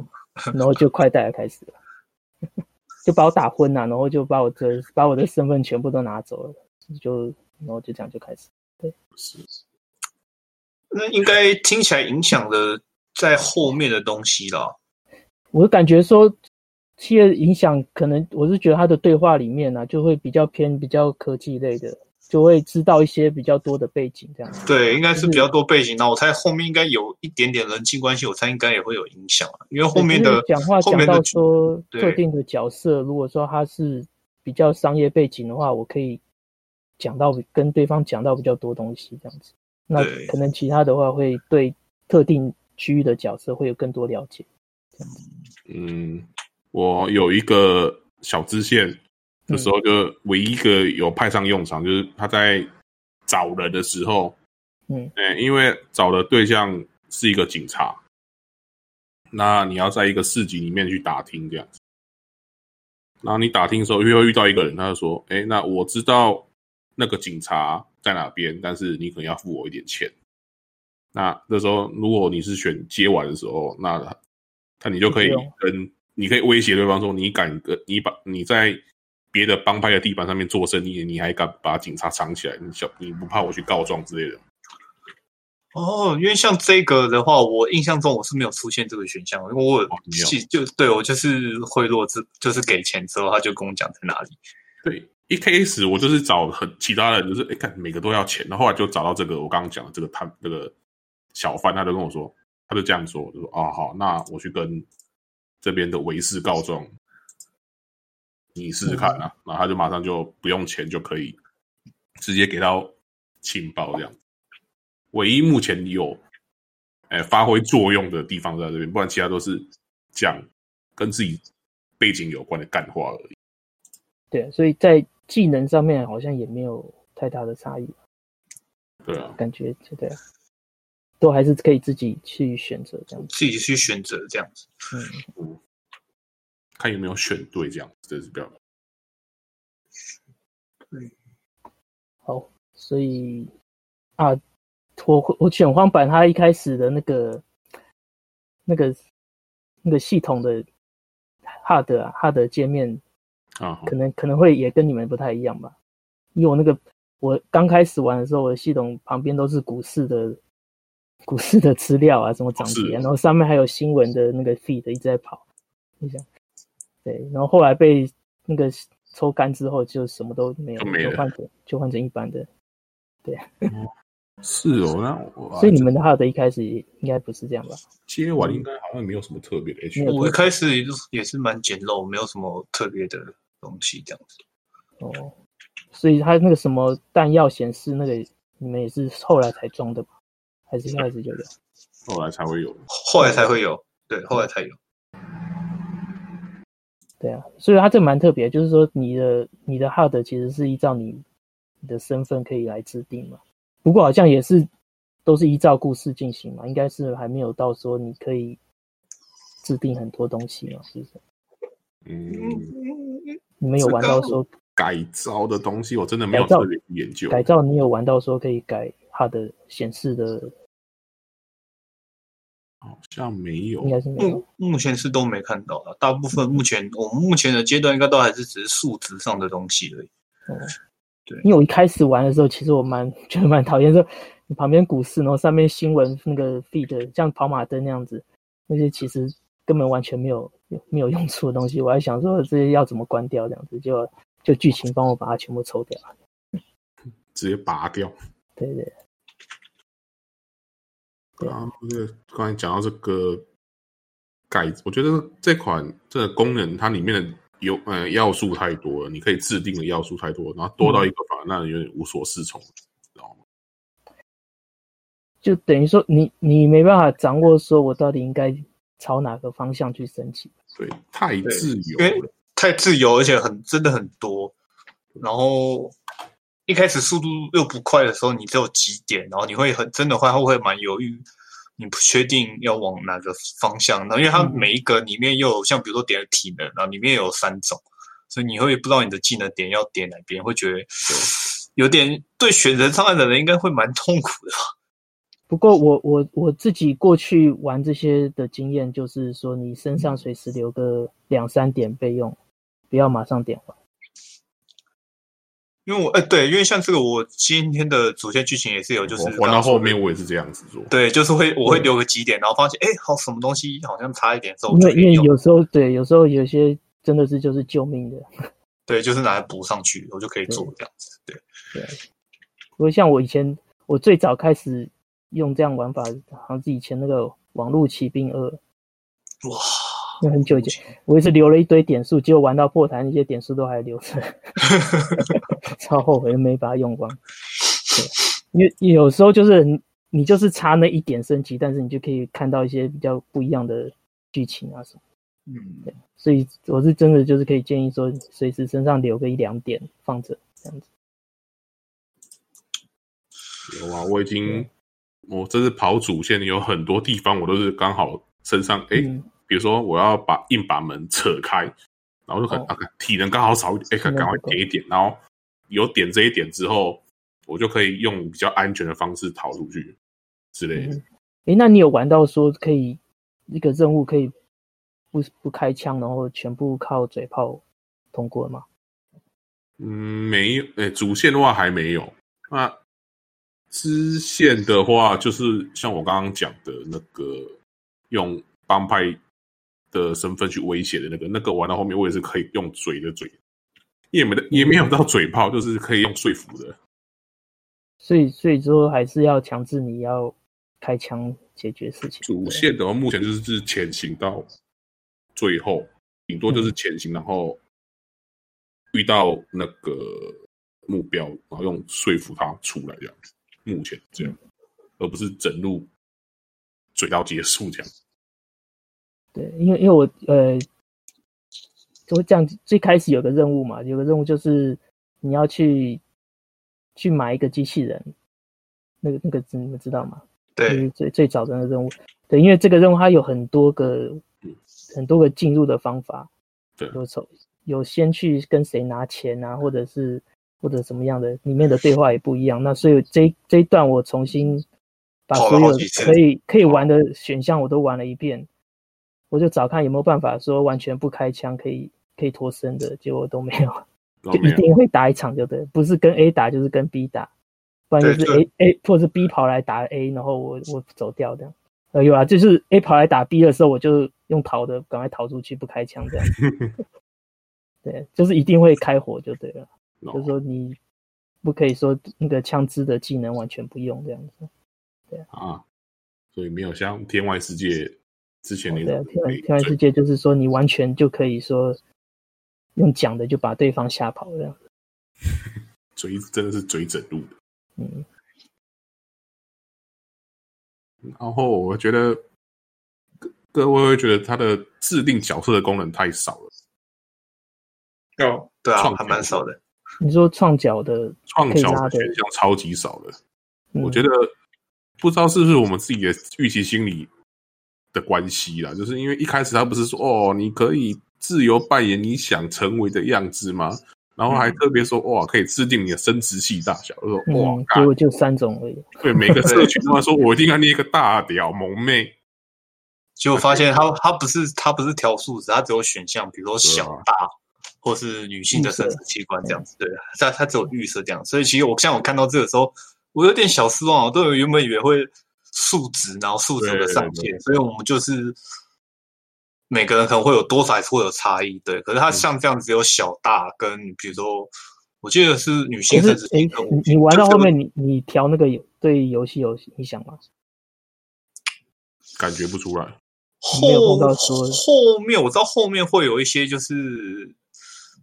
Speaker 1: 然后就快带开始了， 就把我打昏了、然后就把我的把我的身份全部都拿走了，就然后就这样就开始。
Speaker 3: 是
Speaker 2: 那应该听起来影响的在后面的东西啦。
Speaker 1: 我感觉说，企业影响可能我是觉得他的对话里面呢、啊就会比较偏比较科技类的，就会知道一些比较多的背景这样。
Speaker 2: 对，应该是比较多背景。那我猜后面应该有一点点人际关系，我猜应该也会有影响啊，因为后面
Speaker 1: 就
Speaker 2: 的
Speaker 1: 是讲话
Speaker 2: 后
Speaker 1: 讲
Speaker 2: 面的
Speaker 1: 到说
Speaker 2: 对
Speaker 1: 特定的角色，如果说他是比较商业背景的话，我可以讲到跟对方讲到比较多东西这样子。那
Speaker 2: 对
Speaker 1: 可能其他的话会对特定区域的角色会有更多了解。
Speaker 3: 嗯，我有一个小支线，这
Speaker 1: 嗯
Speaker 3: 时候就唯一一个有派上用场，就是他在找人的时候，
Speaker 1: 嗯
Speaker 3: 哎，因为找的对象是一个警察，那你要在一个市集里面去打听这样子。然后你打听的时候，又会遇到一个人，他就说：“哎，那我知道那个警察在哪边，但是你可能要付我一点钱。”那这时候，如果你是选接完的时候，那他他你就可以
Speaker 1: 不用
Speaker 3: 跟你可以威胁对方说：“你敢跟你把你在别的帮派的地板上面做生意，你还敢把警察藏起来？你小你不怕我去告状之类的？”
Speaker 2: 哦，因为像这个的话，我印象中我是没有出现这个选项，因为我
Speaker 3: 没有
Speaker 2: 是就对我就是贿赂之，就是给钱之后他就跟我讲在哪里。
Speaker 3: 对，一开始我就是找很其他人，就是哎，看每个都要钱，然后后来就找到这个我刚刚讲的这个摊这个小贩，他就跟我说，他就这样说，就说哦好，那我去跟这边的维士告状，你试试看啊，然后他就马上就不用钱就可以直接给到情报这样。唯一目前有哎发挥作用的地方在这边，不然其他都是讲跟自己背景有关的干话而已。
Speaker 1: 对，啊所以在技能上面好像也没有太大的差异，
Speaker 3: 对啊，
Speaker 1: 感觉就对啊，都还是可以自己去选择这样子。
Speaker 2: 自己去选择这样子。
Speaker 1: 嗯，
Speaker 3: 看有没有选对，这样这是比较
Speaker 1: 好，所以啊，我我选荒版，它一开始的那个那个那个系统的 hard 啊 hard 界面，
Speaker 3: 啊。好
Speaker 1: 可能可能会也跟你们不太一样吧。因为我那个我刚开始玩的时候，我的系统旁边都是股市的股市的资料啊，什么涨
Speaker 3: 是
Speaker 1: 跌啊，然后上面还有新闻的那个 feed 一直在跑。你想，对，然后后来被那个抽干之后，就什么都没有，
Speaker 3: 就没了
Speaker 1: 换成就换成一般的。
Speaker 3: 是哦，那我
Speaker 1: 所以你们的 hard 一开始也应该不是这样吧？
Speaker 3: 接完应该好像没有什么特别的 H，
Speaker 1: 没有
Speaker 2: 我一开始也是蛮简陋，没有什么特别的东西这样子。
Speaker 1: 哦，所以它那个什么弹药显示那个，你们也是后来才装的吧？还是一开始就有？
Speaker 3: 后来才会有。
Speaker 2: 后来才会有，对，后来才有。
Speaker 1: 对啊，所以它这蛮特别，就是说你的你的 hard 其实是依照你你的身份可以来制定嘛。不过好像也是都是依照故事进行嘛，应该是还没有到说你可以制定很多东西嘛，是不是？
Speaker 3: 嗯，
Speaker 1: 你们有玩到说
Speaker 3: 改造的东西我真的没有
Speaker 1: 改造
Speaker 3: 特别去研究。
Speaker 1: 改造，你有玩到说可以改 hard 显示的，
Speaker 3: 好像没有
Speaker 1: 应。该是没有
Speaker 2: 目。目前是都没看到的，大部分目前我们目前的阶段应该都还是只是数值上的东西而已。
Speaker 1: 因为我一开始玩的时候，其实我蛮 觉得蛮讨厌，说你旁边股市，然后上面新闻那个 feed 像跑马灯那样子，那些其实根本完全没有没有用处的东西。我还想说这些要怎么关掉这样子，就就剧情帮我把它全部抽掉。
Speaker 3: 直接拔掉。
Speaker 1: 对对，对
Speaker 3: 啊，这个刚才讲到这个改，我觉得这款这个功能它里面的有呃要素太多了，你可以制定的要素太多，然后多到
Speaker 1: 嗯
Speaker 3: 一个反而让人有点无所适从，知道吗？
Speaker 1: 就等于说你你没办法掌握说我到底应该朝哪个方向去升级。
Speaker 3: 对，太
Speaker 2: 对
Speaker 3: 自由
Speaker 2: 因为
Speaker 3: 了。
Speaker 2: 太自由，而且很真的很多。然后一开始速度又不快的时候，你只有几点，然后你会很真的会会蛮犹豫，你不确定要往哪个方向。然后因为它
Speaker 1: 嗯
Speaker 2: 每一个里面又有像比如说点了体能，然后里面有三种，所以你会不知道你的技能点要点哪边，会觉得有点对选择障碍的人应该会蛮痛苦的吧。
Speaker 1: 不过我我我自己过去玩这些的经验，就是说你身上随时留个两三点备用，不要马上点完。
Speaker 2: 因为我哎、对，因为像这个，我今天的主线剧情也是有，就是
Speaker 3: 我玩
Speaker 2: 刚刚
Speaker 3: 到后嗯
Speaker 2: 说
Speaker 3: 面我也是这样子做
Speaker 2: 的，，对，就是会我会留个几点，然后发现哎，好什么东西好像差一点，所以我
Speaker 1: 因
Speaker 2: 就
Speaker 1: 为
Speaker 2: 可
Speaker 1: 因为
Speaker 2: 以用，
Speaker 1: 有时候对，有时候有些真的是就是救命的。
Speaker 2: 对，就是拿来补上去，我就可以做这样子，对，
Speaker 1: 不过像我以前，我最早开始用这样玩法，好像是以前那个《网络骑兵二》，
Speaker 2: 哇，
Speaker 1: 那很久以前，我也是留了一堆点数，结果玩到破台，那些点数都还留 着， 超后悔没把它用光。对，因为因为有时候就是你你就是差那一点升级，但是你就可以看到一些比较不一样的剧情啊什么。
Speaker 2: 嗯，
Speaker 1: 所以我是真的就是可以建议说，随时身上留个一两点放着，这样子。
Speaker 3: 有啊，我已经我这次跑主线有很多地方我都是刚好身上哎、
Speaker 1: 嗯
Speaker 3: 比如说我要把硬把门扯开，然后就很、
Speaker 1: 哦
Speaker 3: 啊体能刚好少一点，哎、
Speaker 1: 体能
Speaker 3: 赶快
Speaker 1: 不够
Speaker 3: 点一点，然后有点这一点之后，我就可以用比较安全的方式逃出去之类的。
Speaker 1: 嗯诶，那你有玩到说可以一个任务可以不不开枪，然后全部靠嘴炮通过吗？
Speaker 3: 嗯，没有，哎、主线的话还没有。那支线的话，就是像我刚刚讲的那个用帮派的身份去威胁的那个，那个玩到后面我也是可以用嘴的嘴，也没也没有到嘴炮，就是可以用说服的。
Speaker 1: 所以所以说还是要强制你要开枪解决事情。
Speaker 3: 主
Speaker 1: 对
Speaker 3: 线的话，目前就是是前行到最后，顶多
Speaker 1: 嗯
Speaker 3: 就是前行，然后遇到那个目标，然后用说服他出来这样子。目前这样，而不是整路嘴到结束这样。
Speaker 1: 对，因为因为我呃，就会这样子。最开始有个任务嘛，有个任务就是你要去去买一个机器人，那个那个你们知道吗？就
Speaker 2: 对
Speaker 1: 是最最早的那个任务。对，因为这个任务它有很多个
Speaker 2: 嗯
Speaker 1: 很多个进入的方法，
Speaker 3: 对
Speaker 1: 有首有先去跟谁拿钱啊，或者是或者什么样的，里面的对话也不一样。那所以这一这一段我重新把
Speaker 2: 跑了
Speaker 1: 所有
Speaker 2: 好几次
Speaker 1: 可以可以玩的选项我都玩了一遍，我就找看有没有办法说完全不开枪可以可以脱身的，结果都没有。
Speaker 3: 然后
Speaker 1: 就
Speaker 3: 没
Speaker 1: 一
Speaker 3: 有，
Speaker 1: 定会打一场，就对，不是跟 A 打就是跟 B 打，不然就
Speaker 2: 对
Speaker 1: 是
Speaker 2: 对
Speaker 1: A A 或者是 B 跑来打 A，然后我我走掉这样。呃，有啊，就是 A 跑来打 B 的时候，我就用逃的，赶快逃出去，不开枪这样。 对，就是一定会开火就对了，
Speaker 3: 然
Speaker 1: 就是
Speaker 3: 后
Speaker 1: 说你不可以说那个枪支的技能完全不用这样子。
Speaker 3: 啊，所以没有像天外世界之前那
Speaker 1: 对啊
Speaker 3: 种，
Speaker 1: 天外
Speaker 3: 哎
Speaker 1: 天外世界就是说你完全就可以说用讲的就把对方吓跑这样。
Speaker 3: 嘴真的是嘴整路的。
Speaker 1: 嗯，
Speaker 3: 然后我觉得各各位会觉得它的制定角色的功能太少了，
Speaker 2: 要对啊，
Speaker 3: 哦创
Speaker 2: 还
Speaker 3: 举
Speaker 2: 蛮少的，
Speaker 1: 你说创角的，
Speaker 3: 创
Speaker 1: 可以
Speaker 3: 角
Speaker 1: 拉
Speaker 3: 的
Speaker 1: 的
Speaker 3: 选项超级少的。
Speaker 1: 嗯、
Speaker 3: 我觉得不知道是不是我们自己的预期心理的关系啦，就是因为一开始他不是说哦，你可以自由扮演你想成为的样子吗？然后还特别说哇，可以制定你的生殖器大小。我说哇
Speaker 1: 嗯，，
Speaker 3: 干
Speaker 1: 结果就三种而已。
Speaker 3: 对每个社群都在说，我一定要捏一个大屌萌妹，
Speaker 2: 结果发现它它不是它不是调数值，它只有选项，比如说小
Speaker 3: 对啊
Speaker 2: 大。或是女性的生殖器官这样子，对，它它只有预设这样，所以其实我像我看到这个时候，我有点小失望，我都有原本以为会数值，然后数值有个上
Speaker 3: 对
Speaker 2: 限，所以我们就是每个人可能会有多少还是会有差异，对。可是
Speaker 3: 嗯
Speaker 2: 它像这样只有小大跟比如说，我记得是女性
Speaker 1: 可
Speaker 2: 生
Speaker 1: 是
Speaker 2: 殖，
Speaker 1: 诶
Speaker 2: 器跟
Speaker 1: 你
Speaker 2: 无
Speaker 1: 你
Speaker 2: 性
Speaker 1: 玩
Speaker 2: 就
Speaker 1: 到
Speaker 2: 只
Speaker 1: 后
Speaker 2: 有
Speaker 1: 面，你你调那个有对游戏有影响吗？
Speaker 3: 感觉不出来。
Speaker 1: 没有
Speaker 2: 后
Speaker 1: 碰到说
Speaker 2: 后面我知道后面会有一些就是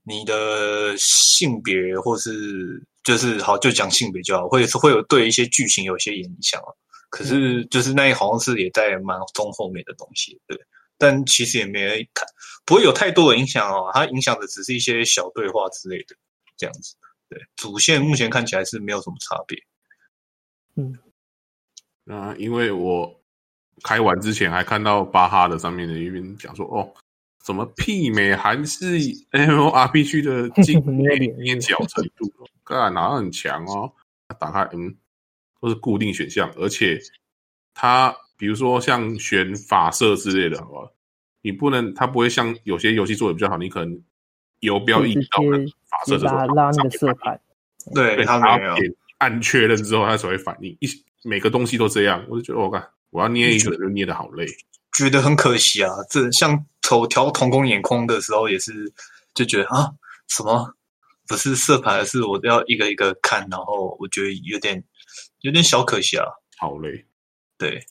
Speaker 2: 你的性别或是就是好就讲性别就好，会会有对一些剧情有一些影响啊。可
Speaker 1: 嗯
Speaker 2: 是就是那好像是也在蛮中后面的东西，对，但其实也没太不会有太多的影响哦，它影响的只是一些小对话之类的这样子。对，主线目前看起来是没有什么差别。
Speaker 3: 那因为我开完之前还看到巴哈的上面的一篇讲说，哦，怎么媲美韩式 M O R P G 的进
Speaker 1: 没有脸
Speaker 3: 捏脚程度， 干哪很强哦。打开嗯，都是固定选项，而且它比如说像选法设之类的，好不好？你不能，它不会像有些游戏做的比较好，你可能游标一移到那个法设
Speaker 1: 你
Speaker 3: 的时候，
Speaker 1: 把它拉那
Speaker 3: 上
Speaker 1: 个
Speaker 3: 面
Speaker 1: 色盘，
Speaker 2: 对
Speaker 3: 对
Speaker 2: 他
Speaker 3: 它
Speaker 2: 没有，
Speaker 3: 点按确认之后，它才会反应。一每个东西都这样，我就觉得我看我要捏一
Speaker 1: 嗯
Speaker 3: 个就捏的好累。
Speaker 2: 觉得很可惜啊。这像头调瞳孔眼眶的时候也是，就觉得啊，什么不是色牌，而是我要一个一个看，然后我觉得有点有点小可惜啊。
Speaker 3: 好累，
Speaker 2: 对，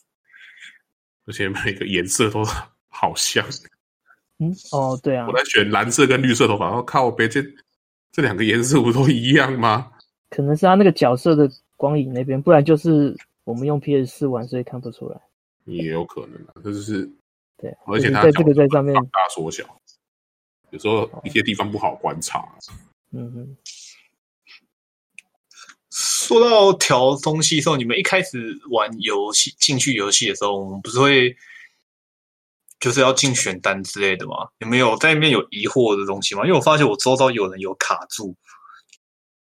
Speaker 3: 而且每个颜色都 好像。
Speaker 1: 嗯，哦，对啊
Speaker 3: 我，在选蓝色跟绿色头发，然后靠别这这两个颜色不都一样吗？
Speaker 1: 可能是他那个角色的光影那边，不然就是我们用 PS 四玩，所以看不出来。
Speaker 3: 也有可能啊，这就是
Speaker 1: 对，啊
Speaker 3: 而且
Speaker 1: 就是
Speaker 3: 它
Speaker 1: 在这个在上面，
Speaker 3: 放大缩小，有时候一些地方不好观察。
Speaker 1: 嗯哼，
Speaker 2: 说到调东西的时候，你们一开始玩游戏进去游戏的时候，我们不是会就是要进选单之类的吗？你们有在里面有疑惑的东西吗？因为我发现我周遭有人有卡住，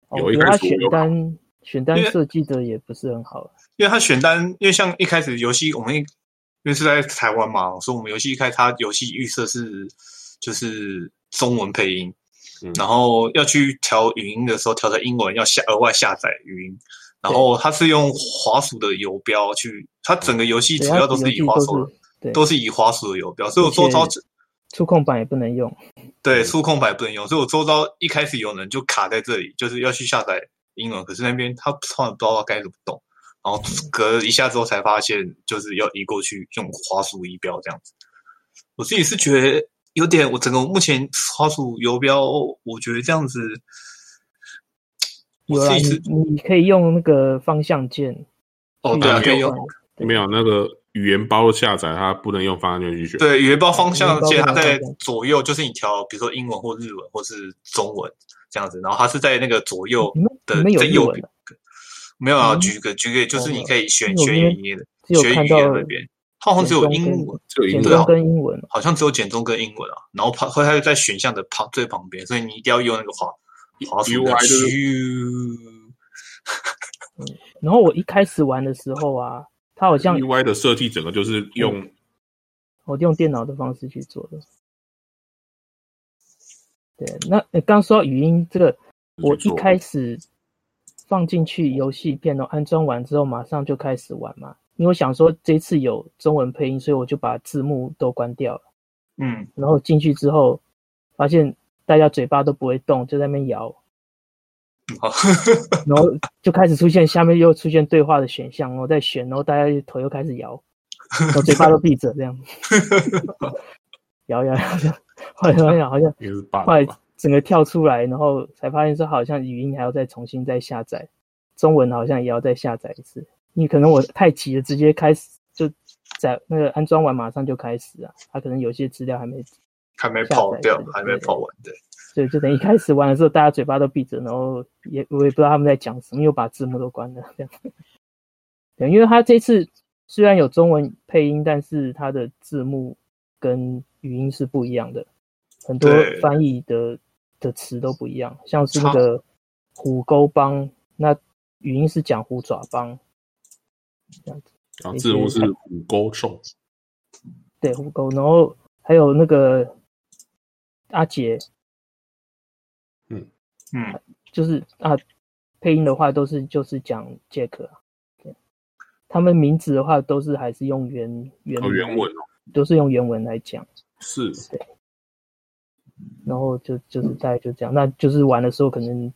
Speaker 1: 哦，
Speaker 3: 有
Speaker 1: 我
Speaker 3: 一
Speaker 1: 觉得
Speaker 3: 开
Speaker 1: 他
Speaker 3: 始我
Speaker 1: 选
Speaker 3: 有
Speaker 1: 单选单
Speaker 2: 因为
Speaker 1: 设计的也不是很好，
Speaker 2: 因为他选单，因为像一开始游戏我们一因为是在台湾嘛，所以我们游戏一开始它游戏预设是就是中文配音，
Speaker 3: 嗯
Speaker 2: 然后要去调语音的时候调成英文，要下额外下载语音，然后它是用滑鼠的游标去，它整个游戏
Speaker 1: 对
Speaker 2: 主
Speaker 1: 他
Speaker 2: 要都是
Speaker 1: 游
Speaker 2: 以
Speaker 1: 戏
Speaker 2: 滑鼠
Speaker 1: 都
Speaker 2: 的
Speaker 1: 是，对，
Speaker 2: 都是以滑鼠的游标，所以我周遭
Speaker 1: 而且触控板也不能用，嗯
Speaker 2: 对触控板不能用，所以我周遭一开始有人就卡在这里，就是要去下载英文，可是那边他突然不知道该怎么动，然后隔了一下之后才发现，就是要移过去用滑鼠仪标这样子。我自己是觉得有点，我整个目前滑鼠游标，我觉得这样子，
Speaker 1: 有
Speaker 2: 我
Speaker 1: 啦，
Speaker 2: 自己是
Speaker 1: 你你可以用那个方向键
Speaker 2: 哦
Speaker 1: 去
Speaker 2: 对啊，
Speaker 1: 转
Speaker 2: 可以用
Speaker 1: 换对
Speaker 3: 没有那个语言包下载，它不能用方向键去选。，
Speaker 2: 对语言包方向键，它
Speaker 1: 语言包
Speaker 2: 在
Speaker 1: 方向
Speaker 2: 左右，就是你调，比如说英文或日文或是中文这样子，然后它是在那个左右
Speaker 1: 你们
Speaker 2: 的
Speaker 1: 你们有
Speaker 2: 在
Speaker 1: 日
Speaker 2: 右
Speaker 1: 文
Speaker 2: 边
Speaker 1: 的，
Speaker 2: 没有啊，
Speaker 1: 嗯
Speaker 2: 举个举个，就是你可以选
Speaker 1: 因为我
Speaker 2: 选
Speaker 1: 因为
Speaker 2: 语言的，
Speaker 1: 只有
Speaker 2: 选
Speaker 1: 看
Speaker 2: 语
Speaker 1: 到
Speaker 2: 言那边，它好像只有英
Speaker 1: 简中
Speaker 2: 文
Speaker 1: 跟，
Speaker 3: 只有英
Speaker 1: 简
Speaker 2: 对啊
Speaker 1: 中
Speaker 3: 文。
Speaker 1: 跟英文，
Speaker 2: 好像只有简中跟英文啊，然后旁会它在选项的旁最旁边，所以你一定要用那个滑滑鼠的
Speaker 3: UI 就是
Speaker 2: Q
Speaker 1: 然后我一开始玩的时候啊，它好像嗯
Speaker 3: UI 的设计整个就是用
Speaker 1: 我用电脑的方式去做的。对，那呃刚说到语音这个，我一开始放进去游戏片哦，安装完之后马上就开始玩嘛，因为我想说这次有中文配音，所以我就把字幕都关掉了。
Speaker 2: 嗯，
Speaker 1: 然后进去之后，发现大家嘴巴都不会动，就在那边摇，
Speaker 2: 好，
Speaker 1: 然后就开始出现下面又出现对话的选项，然后再选，然后大家头又开始摇，然后嘴巴都闭着这样，摇摇摇摇，后来好像好像
Speaker 3: 也是 bug
Speaker 1: 后来
Speaker 3: 吧，
Speaker 1: 整个跳出来，然后才发现说好像语音还要再重新再下载，中文好像也要再下载一次。你可能我太急了，直接开始就在那个安装完马上就开始啊，他可能有些资料还没，
Speaker 2: 还没跑掉
Speaker 1: 下载，
Speaker 2: 还没跑完对，
Speaker 1: 所以就等于一开始玩的时候大家嘴巴都闭着，然后也我也不知道他们在讲什么，又把字幕都关了这样。对，因为他这次虽然有中文配音，但是他的字幕跟语音是不一样的，很多
Speaker 2: 对
Speaker 1: 翻译的的词都不一样，像是那个虎沟帮，那语音是讲虎爪帮，
Speaker 3: 然
Speaker 1: 哎
Speaker 3: 后字幕是五勾重，
Speaker 1: 对虎沟，然后还有那个阿杰，
Speaker 2: 嗯，
Speaker 1: 就是啊，配音的话都是就是讲杰克啊，对，他们名字的话都是还是用原原
Speaker 3: 哦，原文哦，
Speaker 1: 都是用原文来讲，
Speaker 3: 是
Speaker 1: 然后就就是大概就这样，那就是玩的时候可能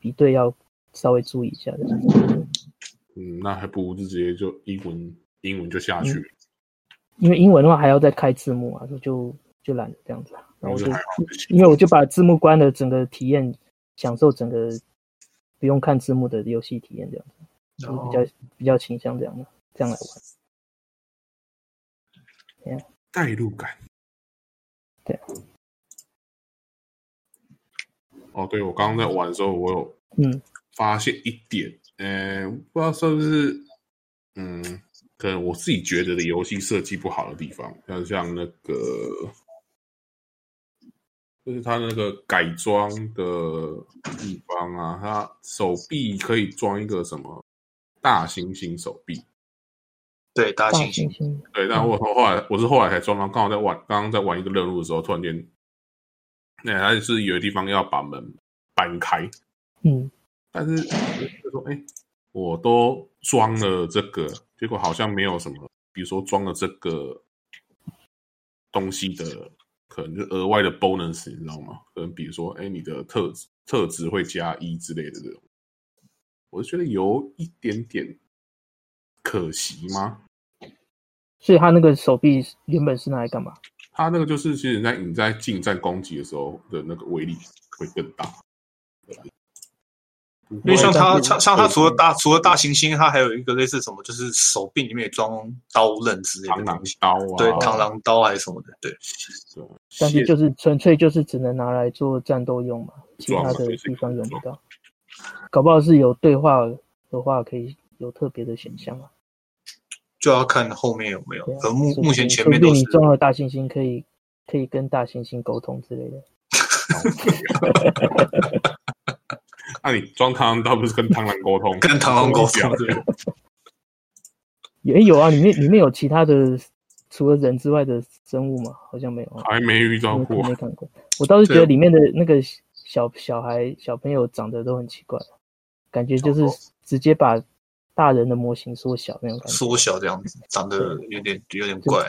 Speaker 1: 比对要稍微注意一下的，
Speaker 3: 嗯，那还不如就直接就英文英文就下
Speaker 1: 嗯
Speaker 3: 去，
Speaker 1: 因为英文的话还要再开字幕啊，所以就就懒得这样子啊，然
Speaker 3: 然
Speaker 1: 后
Speaker 3: 后
Speaker 1: 就
Speaker 3: 哦就还好就行。
Speaker 1: 因为我就把字幕关了，整个体验享受整个不用看字幕的游戏体验这样子，
Speaker 2: 然
Speaker 1: 我
Speaker 2: 后
Speaker 1: 比较比较倾向这样的这样来玩。
Speaker 3: 代入感。
Speaker 1: 对。
Speaker 3: 哦，对，我刚刚在玩的时候，我有
Speaker 1: 嗯
Speaker 3: 发现一点，呃，不知道是不是，嗯，可能我自己觉得的游戏设计不好的地方，像像那个，就是它那个改装的地方啊，它手臂可以装一个什么大猩猩手臂，
Speaker 2: 对，大
Speaker 1: 大
Speaker 2: 猩
Speaker 1: 猩
Speaker 2: 猩，
Speaker 1: 猩
Speaker 3: 对，但我后来我是后来才装到，刚好在玩，刚刚在玩一个任务的时候，突然间，那、他就是有的地方要把门搬开，
Speaker 1: 嗯，
Speaker 3: 但是就说，哎、我都装了这个，结果好像没有什么，比如说装了这个东西的，可能就额外的 bonus，你知道吗？可能比如说，哎、你的特质特质会加一之类的这种，我就觉得有一点点可惜吗？
Speaker 1: 所以他那个手臂原本是拿来干嘛？
Speaker 3: 它那个就是，其实你在你在近战攻击的时候的那个威力会更大。
Speaker 2: 因为像他
Speaker 1: 对
Speaker 2: 像像他除了大除了大猩猩，他还有一个类似什么，就是手臂里面也装刀刃之类
Speaker 3: 螳
Speaker 2: 的
Speaker 3: 螂
Speaker 2: 东西，
Speaker 3: 刀啊，
Speaker 2: 对，螳螂刀还是什么的，对。
Speaker 3: 对啊，
Speaker 1: 但是
Speaker 3: 蟹
Speaker 1: 就是纯粹就是只能拿来做战斗用嘛，其他的地方用不到。搞不好是有对话的话，可以有特别的选项啊。
Speaker 2: 就要看后面有没有
Speaker 1: 对啊。
Speaker 2: 可呃目
Speaker 1: 说不定
Speaker 2: 目前前面
Speaker 1: 说不
Speaker 2: 都
Speaker 1: 定
Speaker 2: 是
Speaker 1: 你装了大猩猩，可以可以跟大猩猩沟通之类的。
Speaker 3: 那、你装螳螂刀不是跟螳螂沟通？
Speaker 2: 跟螳螂沟通，对，
Speaker 1: 也有啊，里面里面有其他的除了人之外的生物吗？好像没有啊，
Speaker 3: 还没遇到
Speaker 1: 没
Speaker 3: 过
Speaker 1: 没。看过。我倒是觉得
Speaker 2: 对
Speaker 1: 里面的那个小小孩小朋友长得都很奇怪，感觉就是
Speaker 2: 哦
Speaker 1: 直接把大人的模型缩小那种感觉。
Speaker 2: 缩小这样子，长得有点有点怪。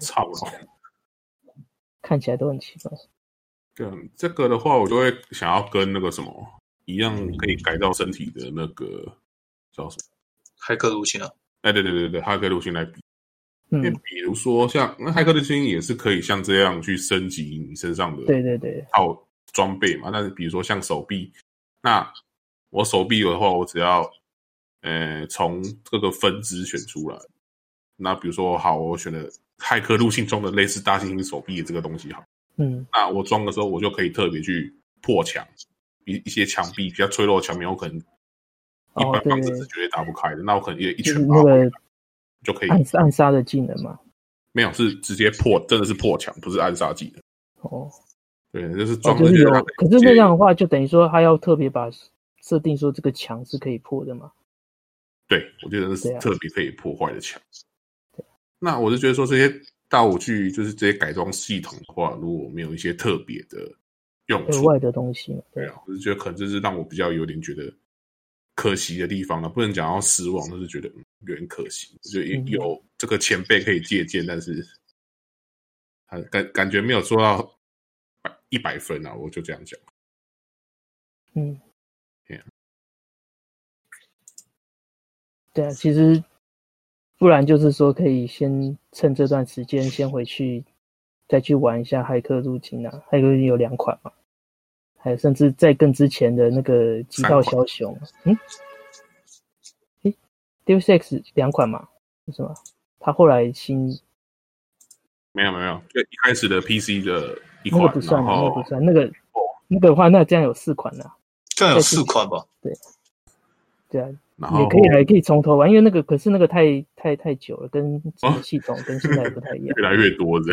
Speaker 3: 操了！
Speaker 1: 看起来都很奇怪。
Speaker 3: 对啊，这个的话，我就会想要跟那个什么一样，可以改造身体的那个叫什么？
Speaker 2: 骇客入侵啊，
Speaker 3: 哎，对对对对，骇客入侵来比。因为
Speaker 1: 嗯，
Speaker 3: 比如说像那骇客入侵也是可以像这样去升级你身上的
Speaker 1: 对对对，
Speaker 3: 套装备嘛。但是比如说像手臂，那我手臂有的话，我只要呃从各个分支选出来。那比如说好，我选了骇客入侵中的类似大猩猩手臂这个东西好，
Speaker 1: 嗯
Speaker 3: 那我装的时候我就可以特别去破墙，一一些墙壁比较脆弱的墙面，我可能一
Speaker 1: 哦
Speaker 3: 般
Speaker 1: 对
Speaker 3: 方式是绝对打不开的。那我可能也一
Speaker 1: 就是
Speaker 3: 拳把
Speaker 1: 那
Speaker 3: 它
Speaker 1: 个
Speaker 3: 就可以
Speaker 1: 暗暗杀的技能嘛。
Speaker 3: 没有是直接破，真的是破墙，不是暗杀技能。
Speaker 1: 哦，
Speaker 3: 对，就是
Speaker 1: 哦
Speaker 3: 装
Speaker 1: 就
Speaker 3: 的
Speaker 1: 是有
Speaker 3: 让它，
Speaker 1: 可是那样的话，就等于说他要特别把设定说这个墙是可以破的嘛。
Speaker 3: 对，我觉得是
Speaker 1: 对啊
Speaker 3: 特别可以破坏的墙。那我是觉得说这些道具，就是这些改装系统的话，如果没有一些特别的用
Speaker 1: 额
Speaker 3: 处，
Speaker 1: 外的东西嘛，
Speaker 3: 对啊，我是觉得可能这是让我比较有点觉得可惜的地方了，啊不能讲到失望，就是觉得嗯有点可惜。我觉得
Speaker 1: 嗯
Speaker 3: 有这个前辈可以借鉴，但是啊感感觉没有做到百一百分啊，我就这样讲。
Speaker 1: 嗯
Speaker 3: Yeah，
Speaker 1: 对啊，其实不然就是说可以先趁这段时间先回去，再去玩一下骇客入侵啊，骇客入侵有两款嘛，还有甚至在更之前的那个极
Speaker 3: 三
Speaker 1: 道
Speaker 3: 款
Speaker 1: 枭雄，嗯，诶 d e u s Ex 两款嘛，是什么？他后来新
Speaker 3: 没有没有没有，就一开始的 PC 的一
Speaker 1: 那个
Speaker 3: 款
Speaker 1: 不，算
Speaker 3: 然
Speaker 1: 啊，那个
Speaker 3: 后
Speaker 1: 不算，那个那个的话，那这样有四款了、
Speaker 2: 这样有四款吧？
Speaker 1: 对啊，
Speaker 3: 然
Speaker 1: 也
Speaker 3: 后
Speaker 1: 可以来，可以从头玩，因为那个可是那个太太太久了，跟整个
Speaker 3: 哦
Speaker 1: 系统跟现在也不太一样。
Speaker 3: 越来越多的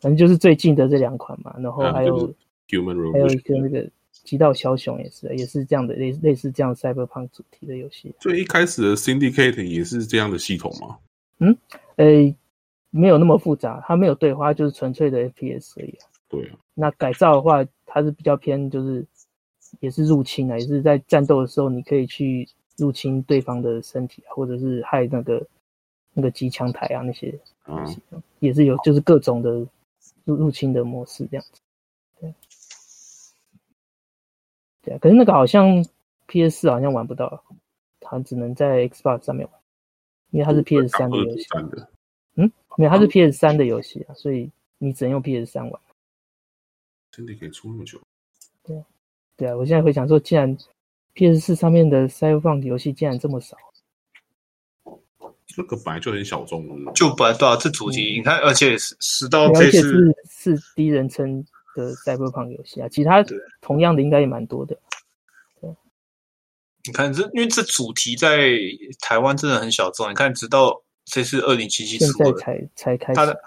Speaker 1: 反正就是最近的这两款嘛，然后还有、
Speaker 3: 嗯就是 Human
Speaker 1: 还有一个
Speaker 3: Revolution。
Speaker 1: 那个《极道枭雄》也是，也是这样的类类似这样 cyberpunk 主题的游戏。
Speaker 3: 最一开始的 Syndicate 也是这样的系统吗？
Speaker 1: 呃，没有那么复杂，它没有对话，它就是纯粹的 FPS 而已啊、
Speaker 3: 对啊，
Speaker 1: 那改造的话，它是比较偏就是也是入侵啊，也是在战斗的时候你可以去入侵对方的身体啊，或者是害那个那个机枪台啊那些。
Speaker 3: 嗯，
Speaker 1: 也是有就是各种的入入侵的模式这样子。对，对啊，可是那个好像 PS 四好像玩不到，它只能在 Xbox 上面玩，因为它是 PS 三的
Speaker 3: 都是
Speaker 1: 游戏，
Speaker 3: 三的，
Speaker 1: 没有它是 PS 三的游戏啊，所以你只能用 PS 三玩。
Speaker 3: Syndicate 出那么久，
Speaker 1: 对啊，我现在回想说，竟然 PS 四上面的 Cyberpunk 游戏竟然这么少，
Speaker 3: 这个本来就很小众了，
Speaker 2: 就本来对啊，这主题你看，而且十十到
Speaker 1: 对
Speaker 2: 哦这
Speaker 1: 而且
Speaker 2: 次
Speaker 1: 嗯是是第一人称的 Cyberpunk 游戏啊，其他
Speaker 2: 对
Speaker 1: 同样的应该也蛮多的。
Speaker 2: 你看这，因为这主题在台湾真的很小众。你看，直到这次二零七七
Speaker 1: 现
Speaker 2: 出
Speaker 1: 在
Speaker 2: 了，
Speaker 1: 才才开始
Speaker 2: 他，的，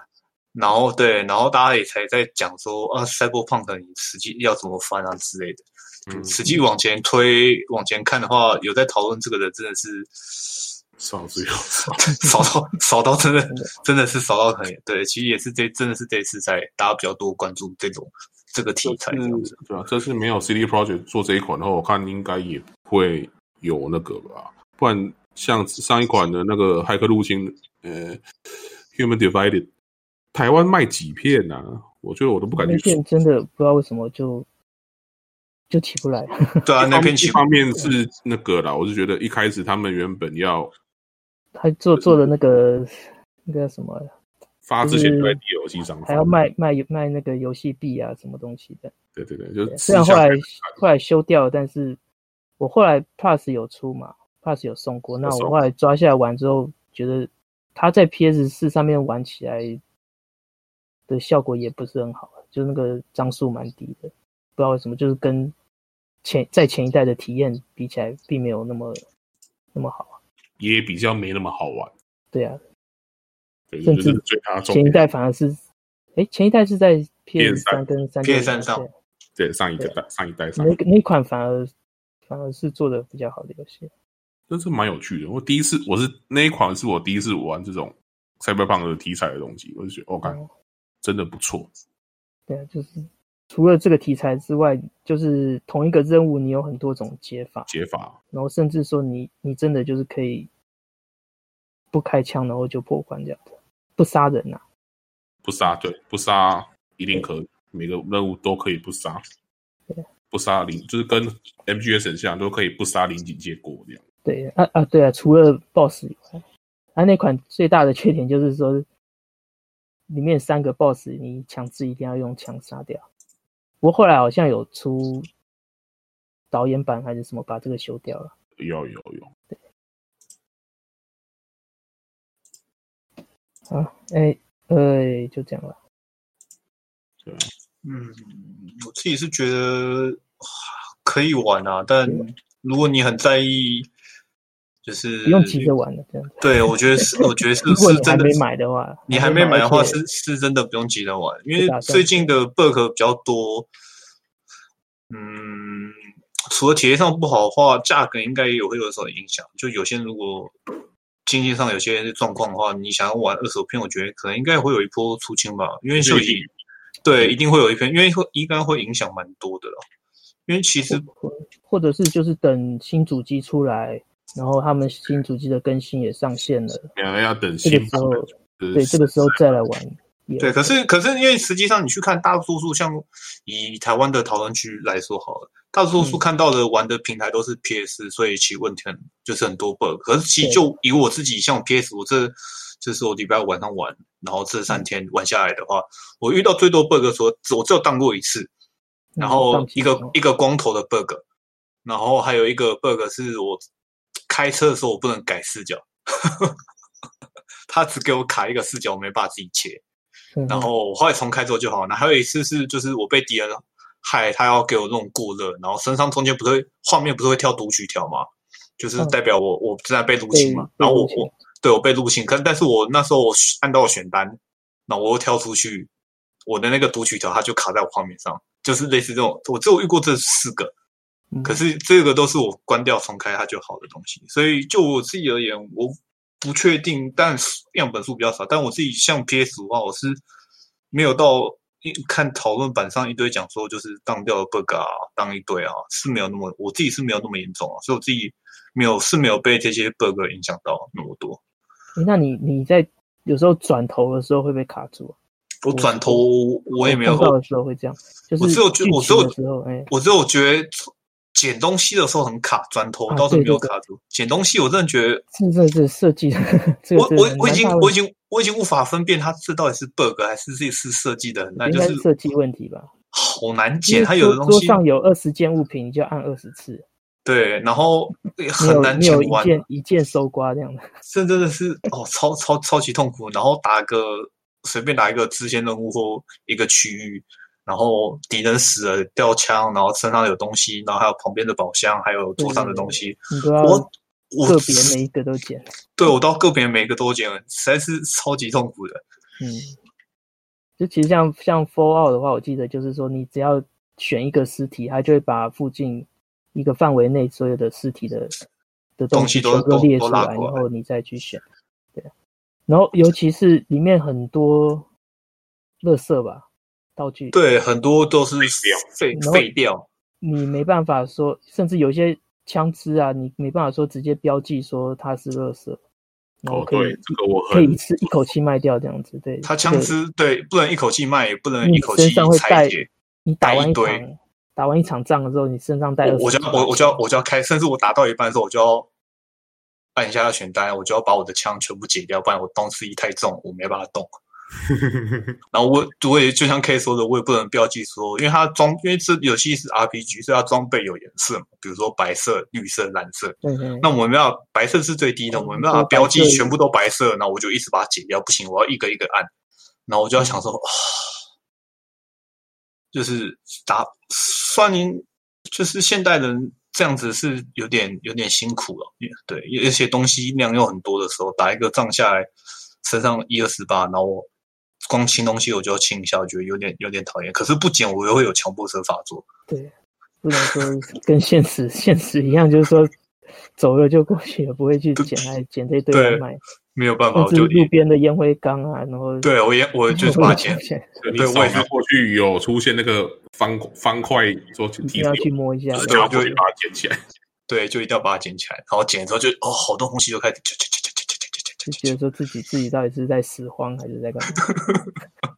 Speaker 2: 然后对，然后大家也才在讲说啊，Cyberpunk 你实际要怎么翻啊之类的。
Speaker 3: 嗯，
Speaker 2: 实际往前推、往前看的话，有在讨论这个的真的是
Speaker 3: 少之又少。
Speaker 2: 少到少到真的真的是少到可以。对，其实也是这真的是这次才大家比较多关注这种这个题材这样子。
Speaker 3: 对啊，这次没有 CD Project 做这一款的话，我看应该也不会有那个吧，不然像上一款的那个《骇客入侵》呃，《Human Divided》，台湾卖几片呐、啊？我觉得我都不敢
Speaker 1: 那
Speaker 3: 去
Speaker 1: 片真的不知道为什么就就起不来。
Speaker 2: 对啊，那
Speaker 3: 一方
Speaker 2: 篇
Speaker 3: 一
Speaker 2: 起
Speaker 3: 方面是那个啦，我是觉得一开始他们原本要
Speaker 1: 他做做了那个那个什么，
Speaker 3: 发之前就在 DLC 上
Speaker 1: 嗯还
Speaker 3: 发
Speaker 1: 要，卖卖卖那个游戏币啊，什么东西的。
Speaker 3: 对对对，就是
Speaker 1: 对虽然后来
Speaker 3: 私下
Speaker 1: 后来修掉了，但是我后来 Plus 有出嘛，Plus 有送过。那
Speaker 3: 有送
Speaker 1: 我后来抓下来玩之后，觉得它在 PS 四上面玩起来的效果也不是很好，就那个张数蛮低的，不知道为什么，就是跟前在前一代的体验比起来，并没有那么那么好啊。
Speaker 3: 也比较没那么好玩，
Speaker 1: 对啊，
Speaker 3: 对，
Speaker 1: 甚
Speaker 3: 这
Speaker 1: 至
Speaker 3: 是最大的重
Speaker 1: 前一
Speaker 3: 点。
Speaker 1: 代反而是，哎，前一代是在 PS 三跟三
Speaker 2: PS3 上
Speaker 1: 对
Speaker 3: 对，上一个代上一代上一
Speaker 1: 那
Speaker 3: 代
Speaker 1: 个那款反而反而是做的比较好的游戏。
Speaker 3: 这是蛮有趣的。我第一次，我是那一款是我第一次玩这种 cyberpunk 的题材的东西，我就觉得，我、哦、看
Speaker 1: 哦
Speaker 3: 真的不错。
Speaker 1: 对啊，就是除了这个题材之外，就是同一个任务你有很多种解法，
Speaker 3: 解法
Speaker 1: 然后甚至说你你真的就是可以不开枪，然后就破关这样子，不杀人呐、啊
Speaker 3: 不杀，对，不杀一定可以，每个任务都可以不杀，不杀零就是跟 MGS 很像，都可以不杀零警戒过这样。
Speaker 1: 对啊啊对啊，除了 BOSS 以外，啊那款最大的缺点就是说，里面三个 BOSS 你强制一定要用枪杀掉。不过后来好像有出导演版还是什么，把这个修掉了。
Speaker 3: 有有有，
Speaker 1: 啊，哎，呃，就这样了。
Speaker 3: 对啊，
Speaker 2: 嗯，我自己是觉得可以玩啊，但如果你很在意，就是
Speaker 1: 不用急着玩了，这样子。
Speaker 2: 对，我觉得是，我觉得 是
Speaker 1: 如果
Speaker 2: 是
Speaker 1: 你还
Speaker 2: 真的
Speaker 1: 没。买的话，
Speaker 2: 你还没买的话，
Speaker 1: 而且
Speaker 2: 是是真的不用急着玩，因
Speaker 1: 不打
Speaker 2: 为
Speaker 1: 算
Speaker 2: 最近的 bug 比较多。嗯，除了体验上不好的话，价格应该也会有所影响。就有些人如果经济上有些状况的话，你想要玩二手片，我觉得可能应该会有一波出清吧，因为就
Speaker 3: 一定
Speaker 2: 以对一定会有一篇，因为会应该会影响蛮多的了。因为其实
Speaker 1: 或或者是就是等新主机出来，然后他们新主机的更新也上线了，
Speaker 3: 要要等
Speaker 1: 这
Speaker 3: 新
Speaker 1: 个时
Speaker 3: 版
Speaker 1: 候
Speaker 3: 本，就是
Speaker 1: 对这个时候再来玩也
Speaker 2: 对，可是可是因为实际上你去看大多数像以台湾的讨论区来说好了，大多数
Speaker 1: 嗯
Speaker 2: 看到的玩的平台都是 PS，所以其实问题很就是很多 bug。可是其实
Speaker 1: 对
Speaker 2: 就以我自己像 PS，我这这是我礼拜五晚上玩，然后这三天玩下来的话，我遇到最多 bug 的时候，我只有当过一次，
Speaker 1: 嗯
Speaker 2: 然后
Speaker 1: 放弃
Speaker 2: 一个
Speaker 1: 了
Speaker 2: 一个光头的 bug，然后还有一个 bug 是我开车的时候我不能改视角， 他只给我卡一个视角，我没办法自己切。
Speaker 1: 嗯
Speaker 2: 然后我后来重开之后就好了。那还有一次是，就是我被敌人害，他要给我那种过热，然后身上中间不是会画面不是会跳读取条吗？就是代表我、我正在被入侵嘛。
Speaker 1: 嗯被
Speaker 2: 然后我
Speaker 1: 被入侵
Speaker 2: 我对我被入侵，可但是我那时候我按到我选单，那我又跳出去，我的那个读取条它就卡在我画面上，就是类似这种，我只有遇过这四个。
Speaker 1: 嗯
Speaker 2: 可是这个都是我关掉重开它就好的东西，所以就我自己而言，我不确定，但样本数比较少。但我自己像 PS 的话，我是没有到一看讨论板上一堆讲说就是当掉的 bug 啊，当一堆啊，是没有那么我自己是没有那么严重啊，所以我自己没有是没有被这些 bug 影响到那么多。
Speaker 1: 诶那你你在有时候转头的时候会被卡住啊，
Speaker 2: 我转头我也没有
Speaker 1: 碰到的时候会这样，就是
Speaker 2: 我只有觉
Speaker 1: 剧
Speaker 2: 我只
Speaker 1: 情
Speaker 2: 有
Speaker 1: 的时候，哎，
Speaker 2: 我只有觉得捡东西的时候很卡，转头倒是没有卡住。捡东西我真的觉得
Speaker 1: 这这这设计的这个
Speaker 2: 我
Speaker 1: 真的
Speaker 2: 我
Speaker 1: 蛮
Speaker 2: 我已经
Speaker 1: 大问
Speaker 2: 我已
Speaker 1: 题
Speaker 2: 经我已经无法分辨它这到底是 bug 还是这是设计的，那
Speaker 1: 应
Speaker 2: 就
Speaker 1: 该
Speaker 2: 是
Speaker 1: 是设计问题吧。
Speaker 2: 好难
Speaker 1: 因
Speaker 2: 解。
Speaker 1: 为
Speaker 2: 它有的
Speaker 1: 桌
Speaker 2: 东
Speaker 1: 桌
Speaker 2: 西
Speaker 1: 上有二十件物品，你就按二十次，
Speaker 2: 对，然后
Speaker 1: 没
Speaker 2: 很
Speaker 1: 有
Speaker 2: 难
Speaker 1: 没
Speaker 2: 剪
Speaker 1: 有一
Speaker 2: 完，啊
Speaker 1: 件一件搜刮这样的。
Speaker 2: 这真的是哦，超超超级痛苦。然后打个随便打一个支线任务或一个区域，然后敌人死了掉枪，然后身上有东西，然后还有旁边的宝箱，还有桌上的东西，
Speaker 1: 你都要
Speaker 2: 我我
Speaker 1: 个别每一个都捡。
Speaker 2: 对我到个别每个都捡，实在是超级痛苦的。
Speaker 1: 嗯，就其实像像 Fallout 的话，我记得就是说，你只要选一个尸体，它就会把附近一个范围内所有的尸体的的东
Speaker 2: 东西都
Speaker 1: 全部都
Speaker 2: 都
Speaker 1: 列
Speaker 2: 都
Speaker 1: 出
Speaker 2: 拉
Speaker 1: 来，然
Speaker 2: 过来
Speaker 1: 后你再去选。对，啊然后尤其是里面很多乐色吧道具，
Speaker 2: 对，很多都是废
Speaker 1: 然后
Speaker 2: 废掉，
Speaker 1: 你没办法说，甚至有些枪支啊，你没办法说直接标记说它是乐色，然后
Speaker 3: 哦，
Speaker 1: 可以、
Speaker 3: 对，这个我
Speaker 1: 可以
Speaker 3: 很
Speaker 1: 一次一口气卖掉这样子。对，
Speaker 2: 他
Speaker 1: 这
Speaker 2: 枪
Speaker 1: 个
Speaker 2: 支对不能一口气卖，也不能
Speaker 1: 因为
Speaker 2: 一
Speaker 1: 你
Speaker 2: 口
Speaker 1: 身
Speaker 2: 气
Speaker 1: 上会带
Speaker 2: 拆解。，
Speaker 1: 你打
Speaker 2: 带一
Speaker 1: 完一场
Speaker 2: 堆
Speaker 1: 打完一场仗的时候，你身上带20
Speaker 2: 我我就要我我就
Speaker 1: 把
Speaker 2: 要我就要开，甚至我打到一半的时候，我就要按一下选单，我就要把我的枪全部解掉，不然我东西太重，我没办法 动。然后我我也就像 K 说的，我也不能标记说，因为它装，因为这游戏是 RPG，所以它装备有颜色嘛，比如说白色、绿色、蓝色。
Speaker 1: 对对
Speaker 2: 那我们要白色是最低的，
Speaker 1: 哦
Speaker 2: 我们没办法
Speaker 1: 对
Speaker 2: 标记
Speaker 1: 白色
Speaker 2: 全部都白色，那我就一直把它解掉，不行，我要一个一个按。然后我就要想说，啊就是打算您就是现代人这样子是有点有点辛苦了，对，而且东西量又很多的时候，打一个仗下来，身上一二十把，然后我光清东西我就要清一下，我觉得有点有点讨厌。可是不减我又会有强迫症发作，
Speaker 1: 对，不能说跟现实现实一样，就是说走了就过去了，不会去捡来捡这堆
Speaker 2: 对
Speaker 1: 来卖，
Speaker 2: 没有办法，
Speaker 1: 甚
Speaker 2: 我
Speaker 1: 至
Speaker 2: 就
Speaker 1: 路边哦的烟灰缸啊，然后
Speaker 2: 对我也我就是把
Speaker 1: 把
Speaker 2: 钱。
Speaker 3: 你
Speaker 2: 对
Speaker 3: 扫
Speaker 2: 我也是
Speaker 3: 描过去有出现那个方方块，说
Speaker 1: 一
Speaker 3: 提
Speaker 1: 定要去摸一下
Speaker 3: 就。是
Speaker 2: 对啊
Speaker 3: 拿
Speaker 2: 就
Speaker 3: 过去把它捡起来。
Speaker 2: 对，就一定要把它捡起来。然后捡的时候就哦，好多东西就开始啾啾啾啾啾啾
Speaker 1: 就
Speaker 2: 啾啾啾
Speaker 1: 觉得说自己自己到底是在拾荒还是在干嘛？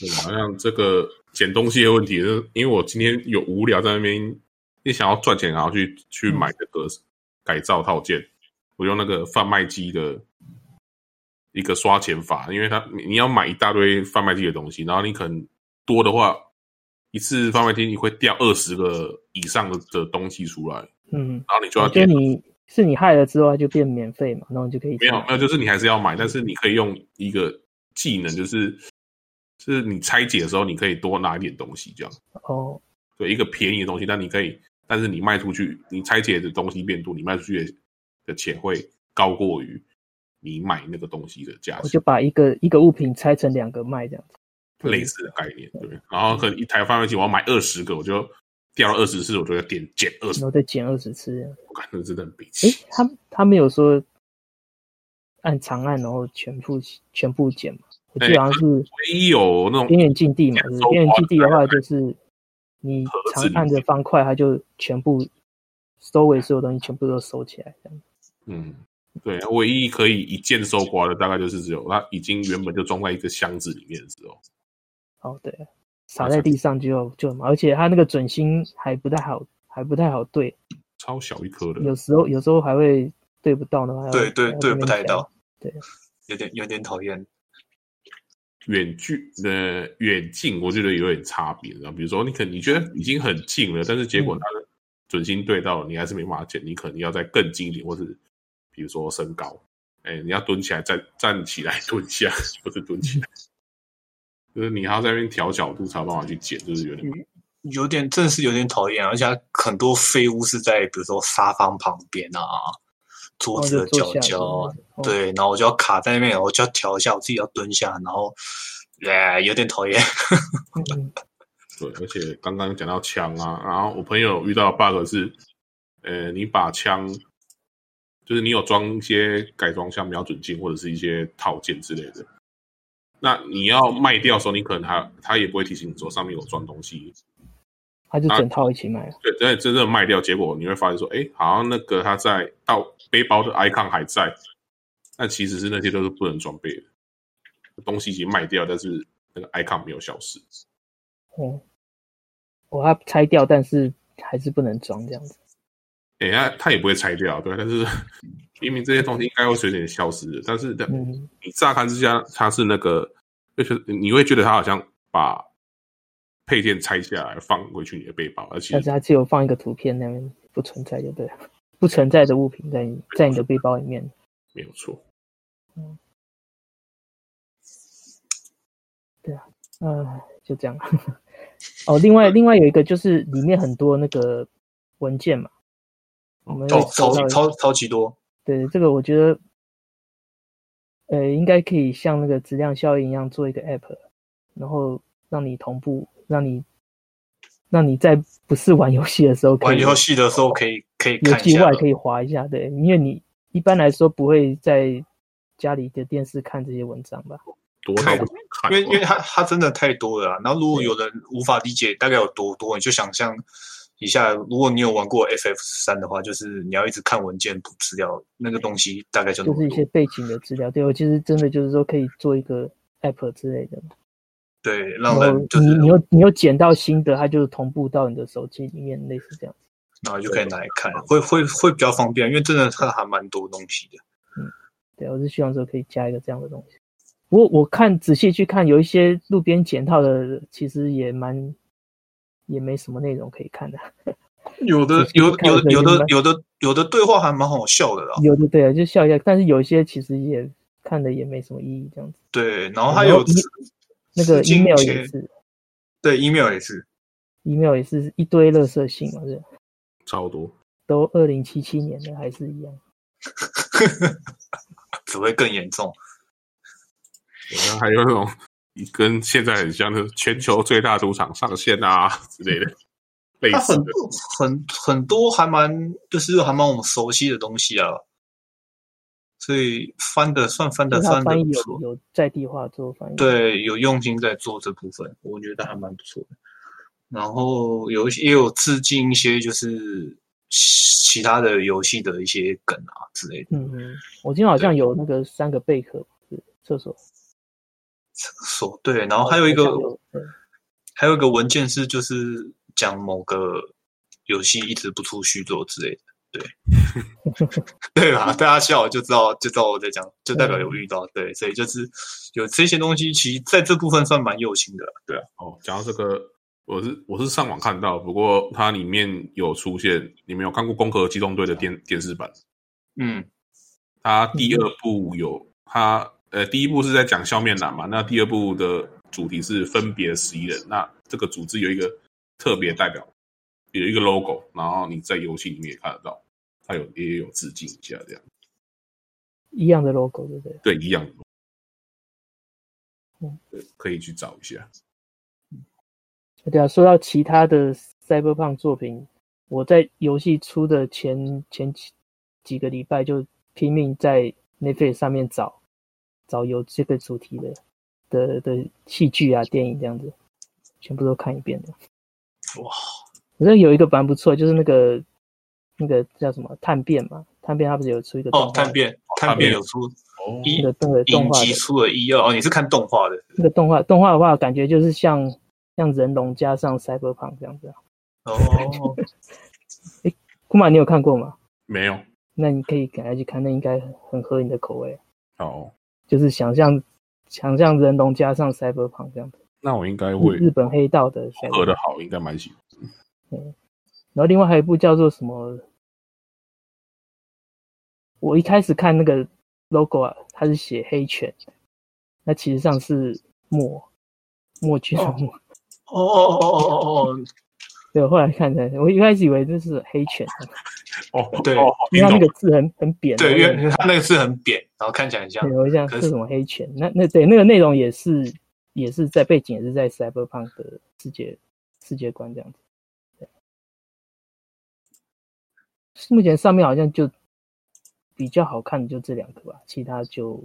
Speaker 3: 对 好像这个捡东西的问题，就是因为我今天有无聊在那边，也想要赚钱，然后去去
Speaker 1: 嗯
Speaker 3: 买这个改造套件。我用那个贩卖机的一个刷钱法，因为它你你要买一大堆贩卖机的东西，然后你可能多的话，一次贩卖机你会掉二十个以上的的东西出来，
Speaker 1: 嗯，
Speaker 3: 然后你
Speaker 2: 啊
Speaker 3: 就要
Speaker 1: 就
Speaker 3: 点
Speaker 1: 你是你害了之后它就变免费嘛，然后你就可以
Speaker 3: 没有
Speaker 1: 去
Speaker 3: 没有，就是你还是要买，但是你可以用一个技能，就是就是你拆解的时候，你可以多拿一点东西，这样
Speaker 1: 哦，
Speaker 3: 对一个便宜的东西，但你可以，但是你卖出去，你拆解的东西变多，你卖出去的的钱会高过于你买那个东西的价
Speaker 1: 我
Speaker 3: 值
Speaker 1: 就，把一个一个物品拆成两个卖这样子。对
Speaker 3: 类似的概念，对。然后可能一台贩卖机我要买二十个，我就掉了二十次，我就要点减二
Speaker 1: 然
Speaker 3: 十，
Speaker 1: 后再减二十次这样。
Speaker 3: 我感觉真的很
Speaker 1: 嗯
Speaker 3: 悲
Speaker 1: 诶，
Speaker 3: 戚。
Speaker 1: 他他没有说按长按然后全部全部减嘛？我记得好像是
Speaker 3: 唯一有那种
Speaker 1: 边缘禁地嘛，
Speaker 3: 哎
Speaker 1: 就是
Speaker 3: 收
Speaker 1: 边缘禁地的话
Speaker 3: 完
Speaker 1: 就是你长
Speaker 3: 盒子里
Speaker 1: 按的
Speaker 3: 面
Speaker 1: 方块，它就全部收尾所有东西全部都收起来这样。
Speaker 3: 嗯，对，唯一可以一键搜刮的大概就是只有它已经原本就装在一个箱子里面的时候，
Speaker 1: 哦，对，撒在地上就就嘛，而且它那个准心还不太好，还不太好对，
Speaker 3: 超小一颗的，
Speaker 1: 有时候有时候还会对不到的话，
Speaker 2: 对对对不太
Speaker 1: 到。
Speaker 2: 到，有点有点讨厌。
Speaker 3: 远距呃远近，我觉得有点差别。然后比如说你可你觉得已经很近了，但是结果
Speaker 1: 嗯
Speaker 3: 它的准心对到了，你还是没办法捡，你可能要再更近一点，或是比如说身高，哎，你要蹲起来站站起来 蹲下，不是蹲起来，
Speaker 1: 嗯
Speaker 3: 就是你还要在那边调角度才有办法去捡，就是
Speaker 1: 嗯
Speaker 3: 有点
Speaker 2: 有点，真的是有点讨厌啊，而且它很多废物是在比如说沙发旁边啊、桌
Speaker 1: 然后
Speaker 2: 子
Speaker 1: 哦就
Speaker 2: 的
Speaker 1: 坐
Speaker 2: 角
Speaker 1: 下这
Speaker 2: 角啊
Speaker 1: 样，子，哦，
Speaker 2: 对，然后我就要卡在那边，然后我就要调一下，我自己要蹲下，然后，哎，有点讨厌。
Speaker 1: 嗯嗯
Speaker 3: 对，而且刚刚讲到枪啊，然后我朋友遇到的 bug 是，呃，你把枪，就是你有装一些改装像瞄准镜或者是一些套件之类的，那你要卖掉的时候，你可能还他也不会提醒你说上面有装东西，
Speaker 1: 它就整套一起卖了。
Speaker 3: 对，真的真正卖掉，结果你会发现说，哎，好像那个他在到背包的 icon 还在，但其实是那些都是不能装备的东西已经卖掉，但是那个 icon 没有消失。
Speaker 1: 嗯，我要拆掉，但是还是不能装这样子。
Speaker 3: 哎、他他也不会拆掉，啊对，但是明明这些东西应该会随着你消失的，但是它
Speaker 1: 嗯，
Speaker 3: 你乍看之下，它是那个，就是你会觉得它好像把配件拆下来放回去你的背包，而且
Speaker 1: 但是它只有放一个图片，那边不存在就对了， 不存在的物品在你在你的背包里面。
Speaker 3: 没有错。
Speaker 1: 嗯，就这样。 哦，另外另外有一个就是里面很多那个文件嘛，我们
Speaker 2: 超
Speaker 1: 会收
Speaker 2: 哦超
Speaker 1: 到
Speaker 2: 级超超级多，
Speaker 1: 对这个我觉得，呃，应该可以像那个质量效应一样做一个 app，然后让你同步，让你那你在不是玩游戏的时候可
Speaker 2: 玩
Speaker 1: 以
Speaker 2: 游戏的时候可以可以
Speaker 1: 游
Speaker 2: 看一
Speaker 1: 戏
Speaker 2: 下
Speaker 1: 外
Speaker 2: 了，
Speaker 1: 可以划一下，对，因为你一般来说不会在家里的电视看这些文章吧？
Speaker 3: 多到不哦
Speaker 2: 因
Speaker 3: 看
Speaker 2: 为因为它它真的太多了啦。然后如果有人无法理解大概有多多，你就想象一下，如果你有玩过 FF 三的话，就是你要一直看文件补资料，那个东西大概就那
Speaker 1: 就是
Speaker 2: 么
Speaker 1: 一些
Speaker 2: 多。
Speaker 1: 背景的资料，对我其实真的就是说可以做一个 app 之类的，
Speaker 2: 对，
Speaker 1: 然
Speaker 2: 让
Speaker 1: 后
Speaker 2: 人就
Speaker 1: 哦你
Speaker 2: 是
Speaker 1: 你又你又捡到新的，它就是同步到你的手机里面，类似这样。
Speaker 2: 然后就可以拿来看，会会会比较方便，因为真的它还蛮多东西的。
Speaker 1: 对，我是希望说可以加一个这样的东西。不过我看仔细去看，有一些路边捡到的，其实也蛮也没什么内容可以看的。
Speaker 2: 有的有有的有的有的有的对话还蛮好笑的啦。
Speaker 1: 有的对啊，就笑一下，但是有一些其实也看的也没什么意义，这样子。
Speaker 2: 对，然后还
Speaker 1: 然
Speaker 2: 有
Speaker 1: 后一那个
Speaker 2: 致敬
Speaker 1: email
Speaker 2: 前
Speaker 1: 也是
Speaker 2: 对 email 也是，
Speaker 1: ，email 也是一堆垃圾信嘛，这
Speaker 3: 超多。
Speaker 1: 都二零七七年了还是一样。
Speaker 2: 只会更严重。
Speaker 3: 然后还有那种跟现在很像的全球最大赌场上线啊之类的，类
Speaker 2: 它
Speaker 3: 似
Speaker 2: 很
Speaker 3: 的
Speaker 2: 多很很多还蛮就是还蛮我们熟悉的东西啊，所以翻的算翻
Speaker 1: 就
Speaker 2: 的
Speaker 1: 是他
Speaker 2: 翻的
Speaker 1: 翻译
Speaker 2: 不
Speaker 1: 有
Speaker 2: 错，
Speaker 1: 有在地化做翻译，，
Speaker 2: 对，有用心在做这部分，我觉得还蛮不错的。然后有一些也有致敬一些就是其他的游戏的一些梗啊之类的。
Speaker 1: 嗯，我今天好像有那个三个贝壳是厕所，
Speaker 2: 所对，然后还有一个
Speaker 1: 好像有对
Speaker 2: 还有一个文件是就是讲某个游戏一直不出续作之类的，对， 对吧？大家笑就知道就知道我在讲，就代
Speaker 1: 嗯
Speaker 2: 表有遇到，对，所以就是有这些东西，其实在这部分算蛮有心的啦，对啊，
Speaker 3: 哦。讲到这个，我是我是上网看到，不过它里面有出现，你们有看过《攻壳机动队》的电电视版？
Speaker 2: 嗯，
Speaker 3: 它第二部有它呃，第一部是在讲笑面男嘛，那第二部的主题是分别十一人，那这个组织有一个特别代表，有一个 logo，然后你在游戏里面也看得到，它有也有致敬一下这样，
Speaker 1: 一样的 logo，对不对？
Speaker 3: 对，一样的
Speaker 1: 嗯。
Speaker 3: 对，可以去找一下。
Speaker 1: 对啊，说到其他的 Cyberpunk 作品，我在游戏出的前前几几个礼拜就拼命在 Netflix 上面找找有这个主题的的的戏剧啊、电影这样子，全部都看一遍的。
Speaker 2: 哇，
Speaker 1: 我觉得有一个蛮不错，就是那个那个叫什么探变嘛，探变它不是有出一个动
Speaker 2: 哦，
Speaker 1: 画
Speaker 2: 探变探
Speaker 3: 探
Speaker 2: 变
Speaker 3: 变
Speaker 2: 有出
Speaker 3: 哦
Speaker 1: 那
Speaker 2: 一
Speaker 1: 个那个动
Speaker 2: 影
Speaker 1: 画的
Speaker 2: 集出了一二哦，你是看动画的，
Speaker 1: 那个动画动画的话，感觉就是像像人龙加上 Cyberpunk 这样子啊。
Speaker 2: 哦，
Speaker 1: 库玛，你有看过吗？
Speaker 3: 没有，
Speaker 1: 那你可以赶快去看，那应该很合你的口味。
Speaker 3: 好，
Speaker 1: 就是想象想象人龙加上 Cyberpunk 这样子，
Speaker 3: 那我应该会
Speaker 1: 日本黑道的 c
Speaker 3: 合的好，应该蛮喜欢。
Speaker 1: 然后另外还有一部叫做什么？我一开始看那个 logo 啊，它是写黑犬，那其实上是墨墨剧的墨。
Speaker 2: 哦哦哦哦哦哦，
Speaker 1: 对，我后来看的，我一开始以为这是黑犬，
Speaker 3: 哦，
Speaker 2: 对
Speaker 3: 哦
Speaker 1: 因为它那
Speaker 3: 听
Speaker 1: 个
Speaker 3: 懂
Speaker 1: 字很很扁。
Speaker 2: 对，
Speaker 1: 我
Speaker 2: 因
Speaker 1: 以
Speaker 2: 为它那个是很扁，然后看起来很像
Speaker 1: 对，我想
Speaker 2: 可
Speaker 1: 是
Speaker 2: 是
Speaker 1: 什么黑拳？那那对那个内容也是也是在背景也是在 Cyberpunk 的世界世界观这样子。对目前上面好像就比较好看的就这两个吧，其他就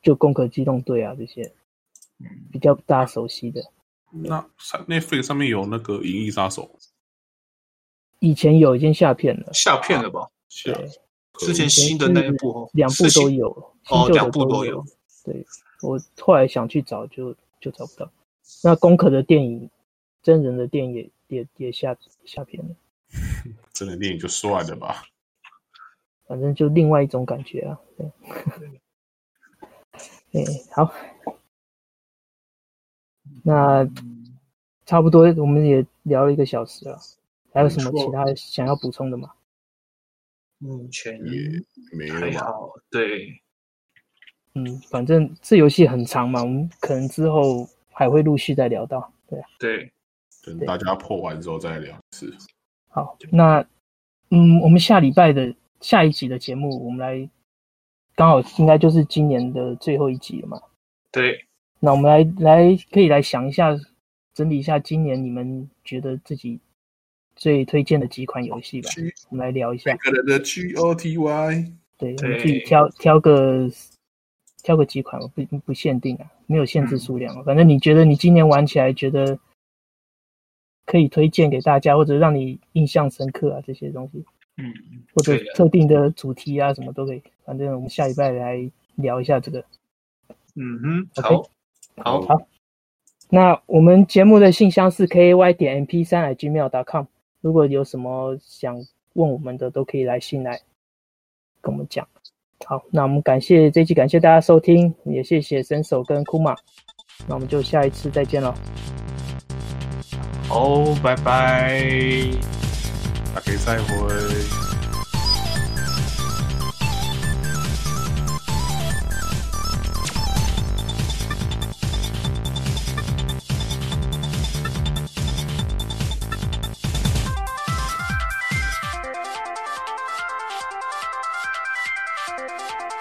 Speaker 1: 就攻壳机动队啊这些比较大家熟悉的。
Speaker 3: 那上 Netflix 上面有那个《银翼杀手》
Speaker 1: 以前有已经下片了，
Speaker 2: 下片了吧？
Speaker 3: 是啊，
Speaker 2: 之前新的那一部哦
Speaker 1: 两部
Speaker 2: 是新
Speaker 1: 都有，
Speaker 2: 哦
Speaker 1: 新旧
Speaker 2: 两
Speaker 1: 的
Speaker 2: 部都有
Speaker 1: 有。对，我后来想去找就就找不到。那功课的电影，真人的电影也也也下下片了，
Speaker 3: 真人电影就算了吧。
Speaker 1: 反正就另外一种感觉啊。对， 哎、好，那
Speaker 2: 嗯
Speaker 1: 差不多我们也聊了一个小时了，还有什么
Speaker 2: 没错
Speaker 1: 其他想要补充的吗？
Speaker 2: 目前
Speaker 3: 也没
Speaker 2: 还
Speaker 3: 有吧？
Speaker 2: 好，啊对，
Speaker 1: 嗯，反正这游戏很长嘛，我们可能之后还会陆续再聊到。对啊，
Speaker 2: 对，
Speaker 3: 等大家破完之后再聊一次。
Speaker 1: 好，那嗯，我们下礼拜的下一集的节目，我们来刚好应该就是今年的最后一集了嘛。
Speaker 2: 对，
Speaker 1: 那我们来来可以来想一下，整理一下今年你们觉得自己最推荐的几款游戏吧，
Speaker 3: G
Speaker 1: 我们来聊一下
Speaker 3: 每。个人的 G O T Y，
Speaker 1: 对，
Speaker 2: 对
Speaker 1: 你自己挑挑个挑个几款，不不限定啊，没有限制数量。反正你觉得你今年玩起来觉得可以推荐给大家，或者让你印象深刻啊，这些东西，
Speaker 2: 嗯，
Speaker 1: 或者
Speaker 2: 对的
Speaker 1: 特定的主题啊，什么都可以。反正我们下礼拜来聊一下这个。
Speaker 2: 嗯哼，
Speaker 1: OK
Speaker 2: 好，好，
Speaker 1: 好那我们节目的信箱是 k a y 点 m p 三 gmail.com，如果有什么想问我们的，都可以来信来跟我们讲。好，那我们感谢这一期感谢大家收听，也谢谢伸手跟库玛，那我们就下一次再见了，
Speaker 2: 好，拜拜。
Speaker 3: 大家再会。
Speaker 4: Thank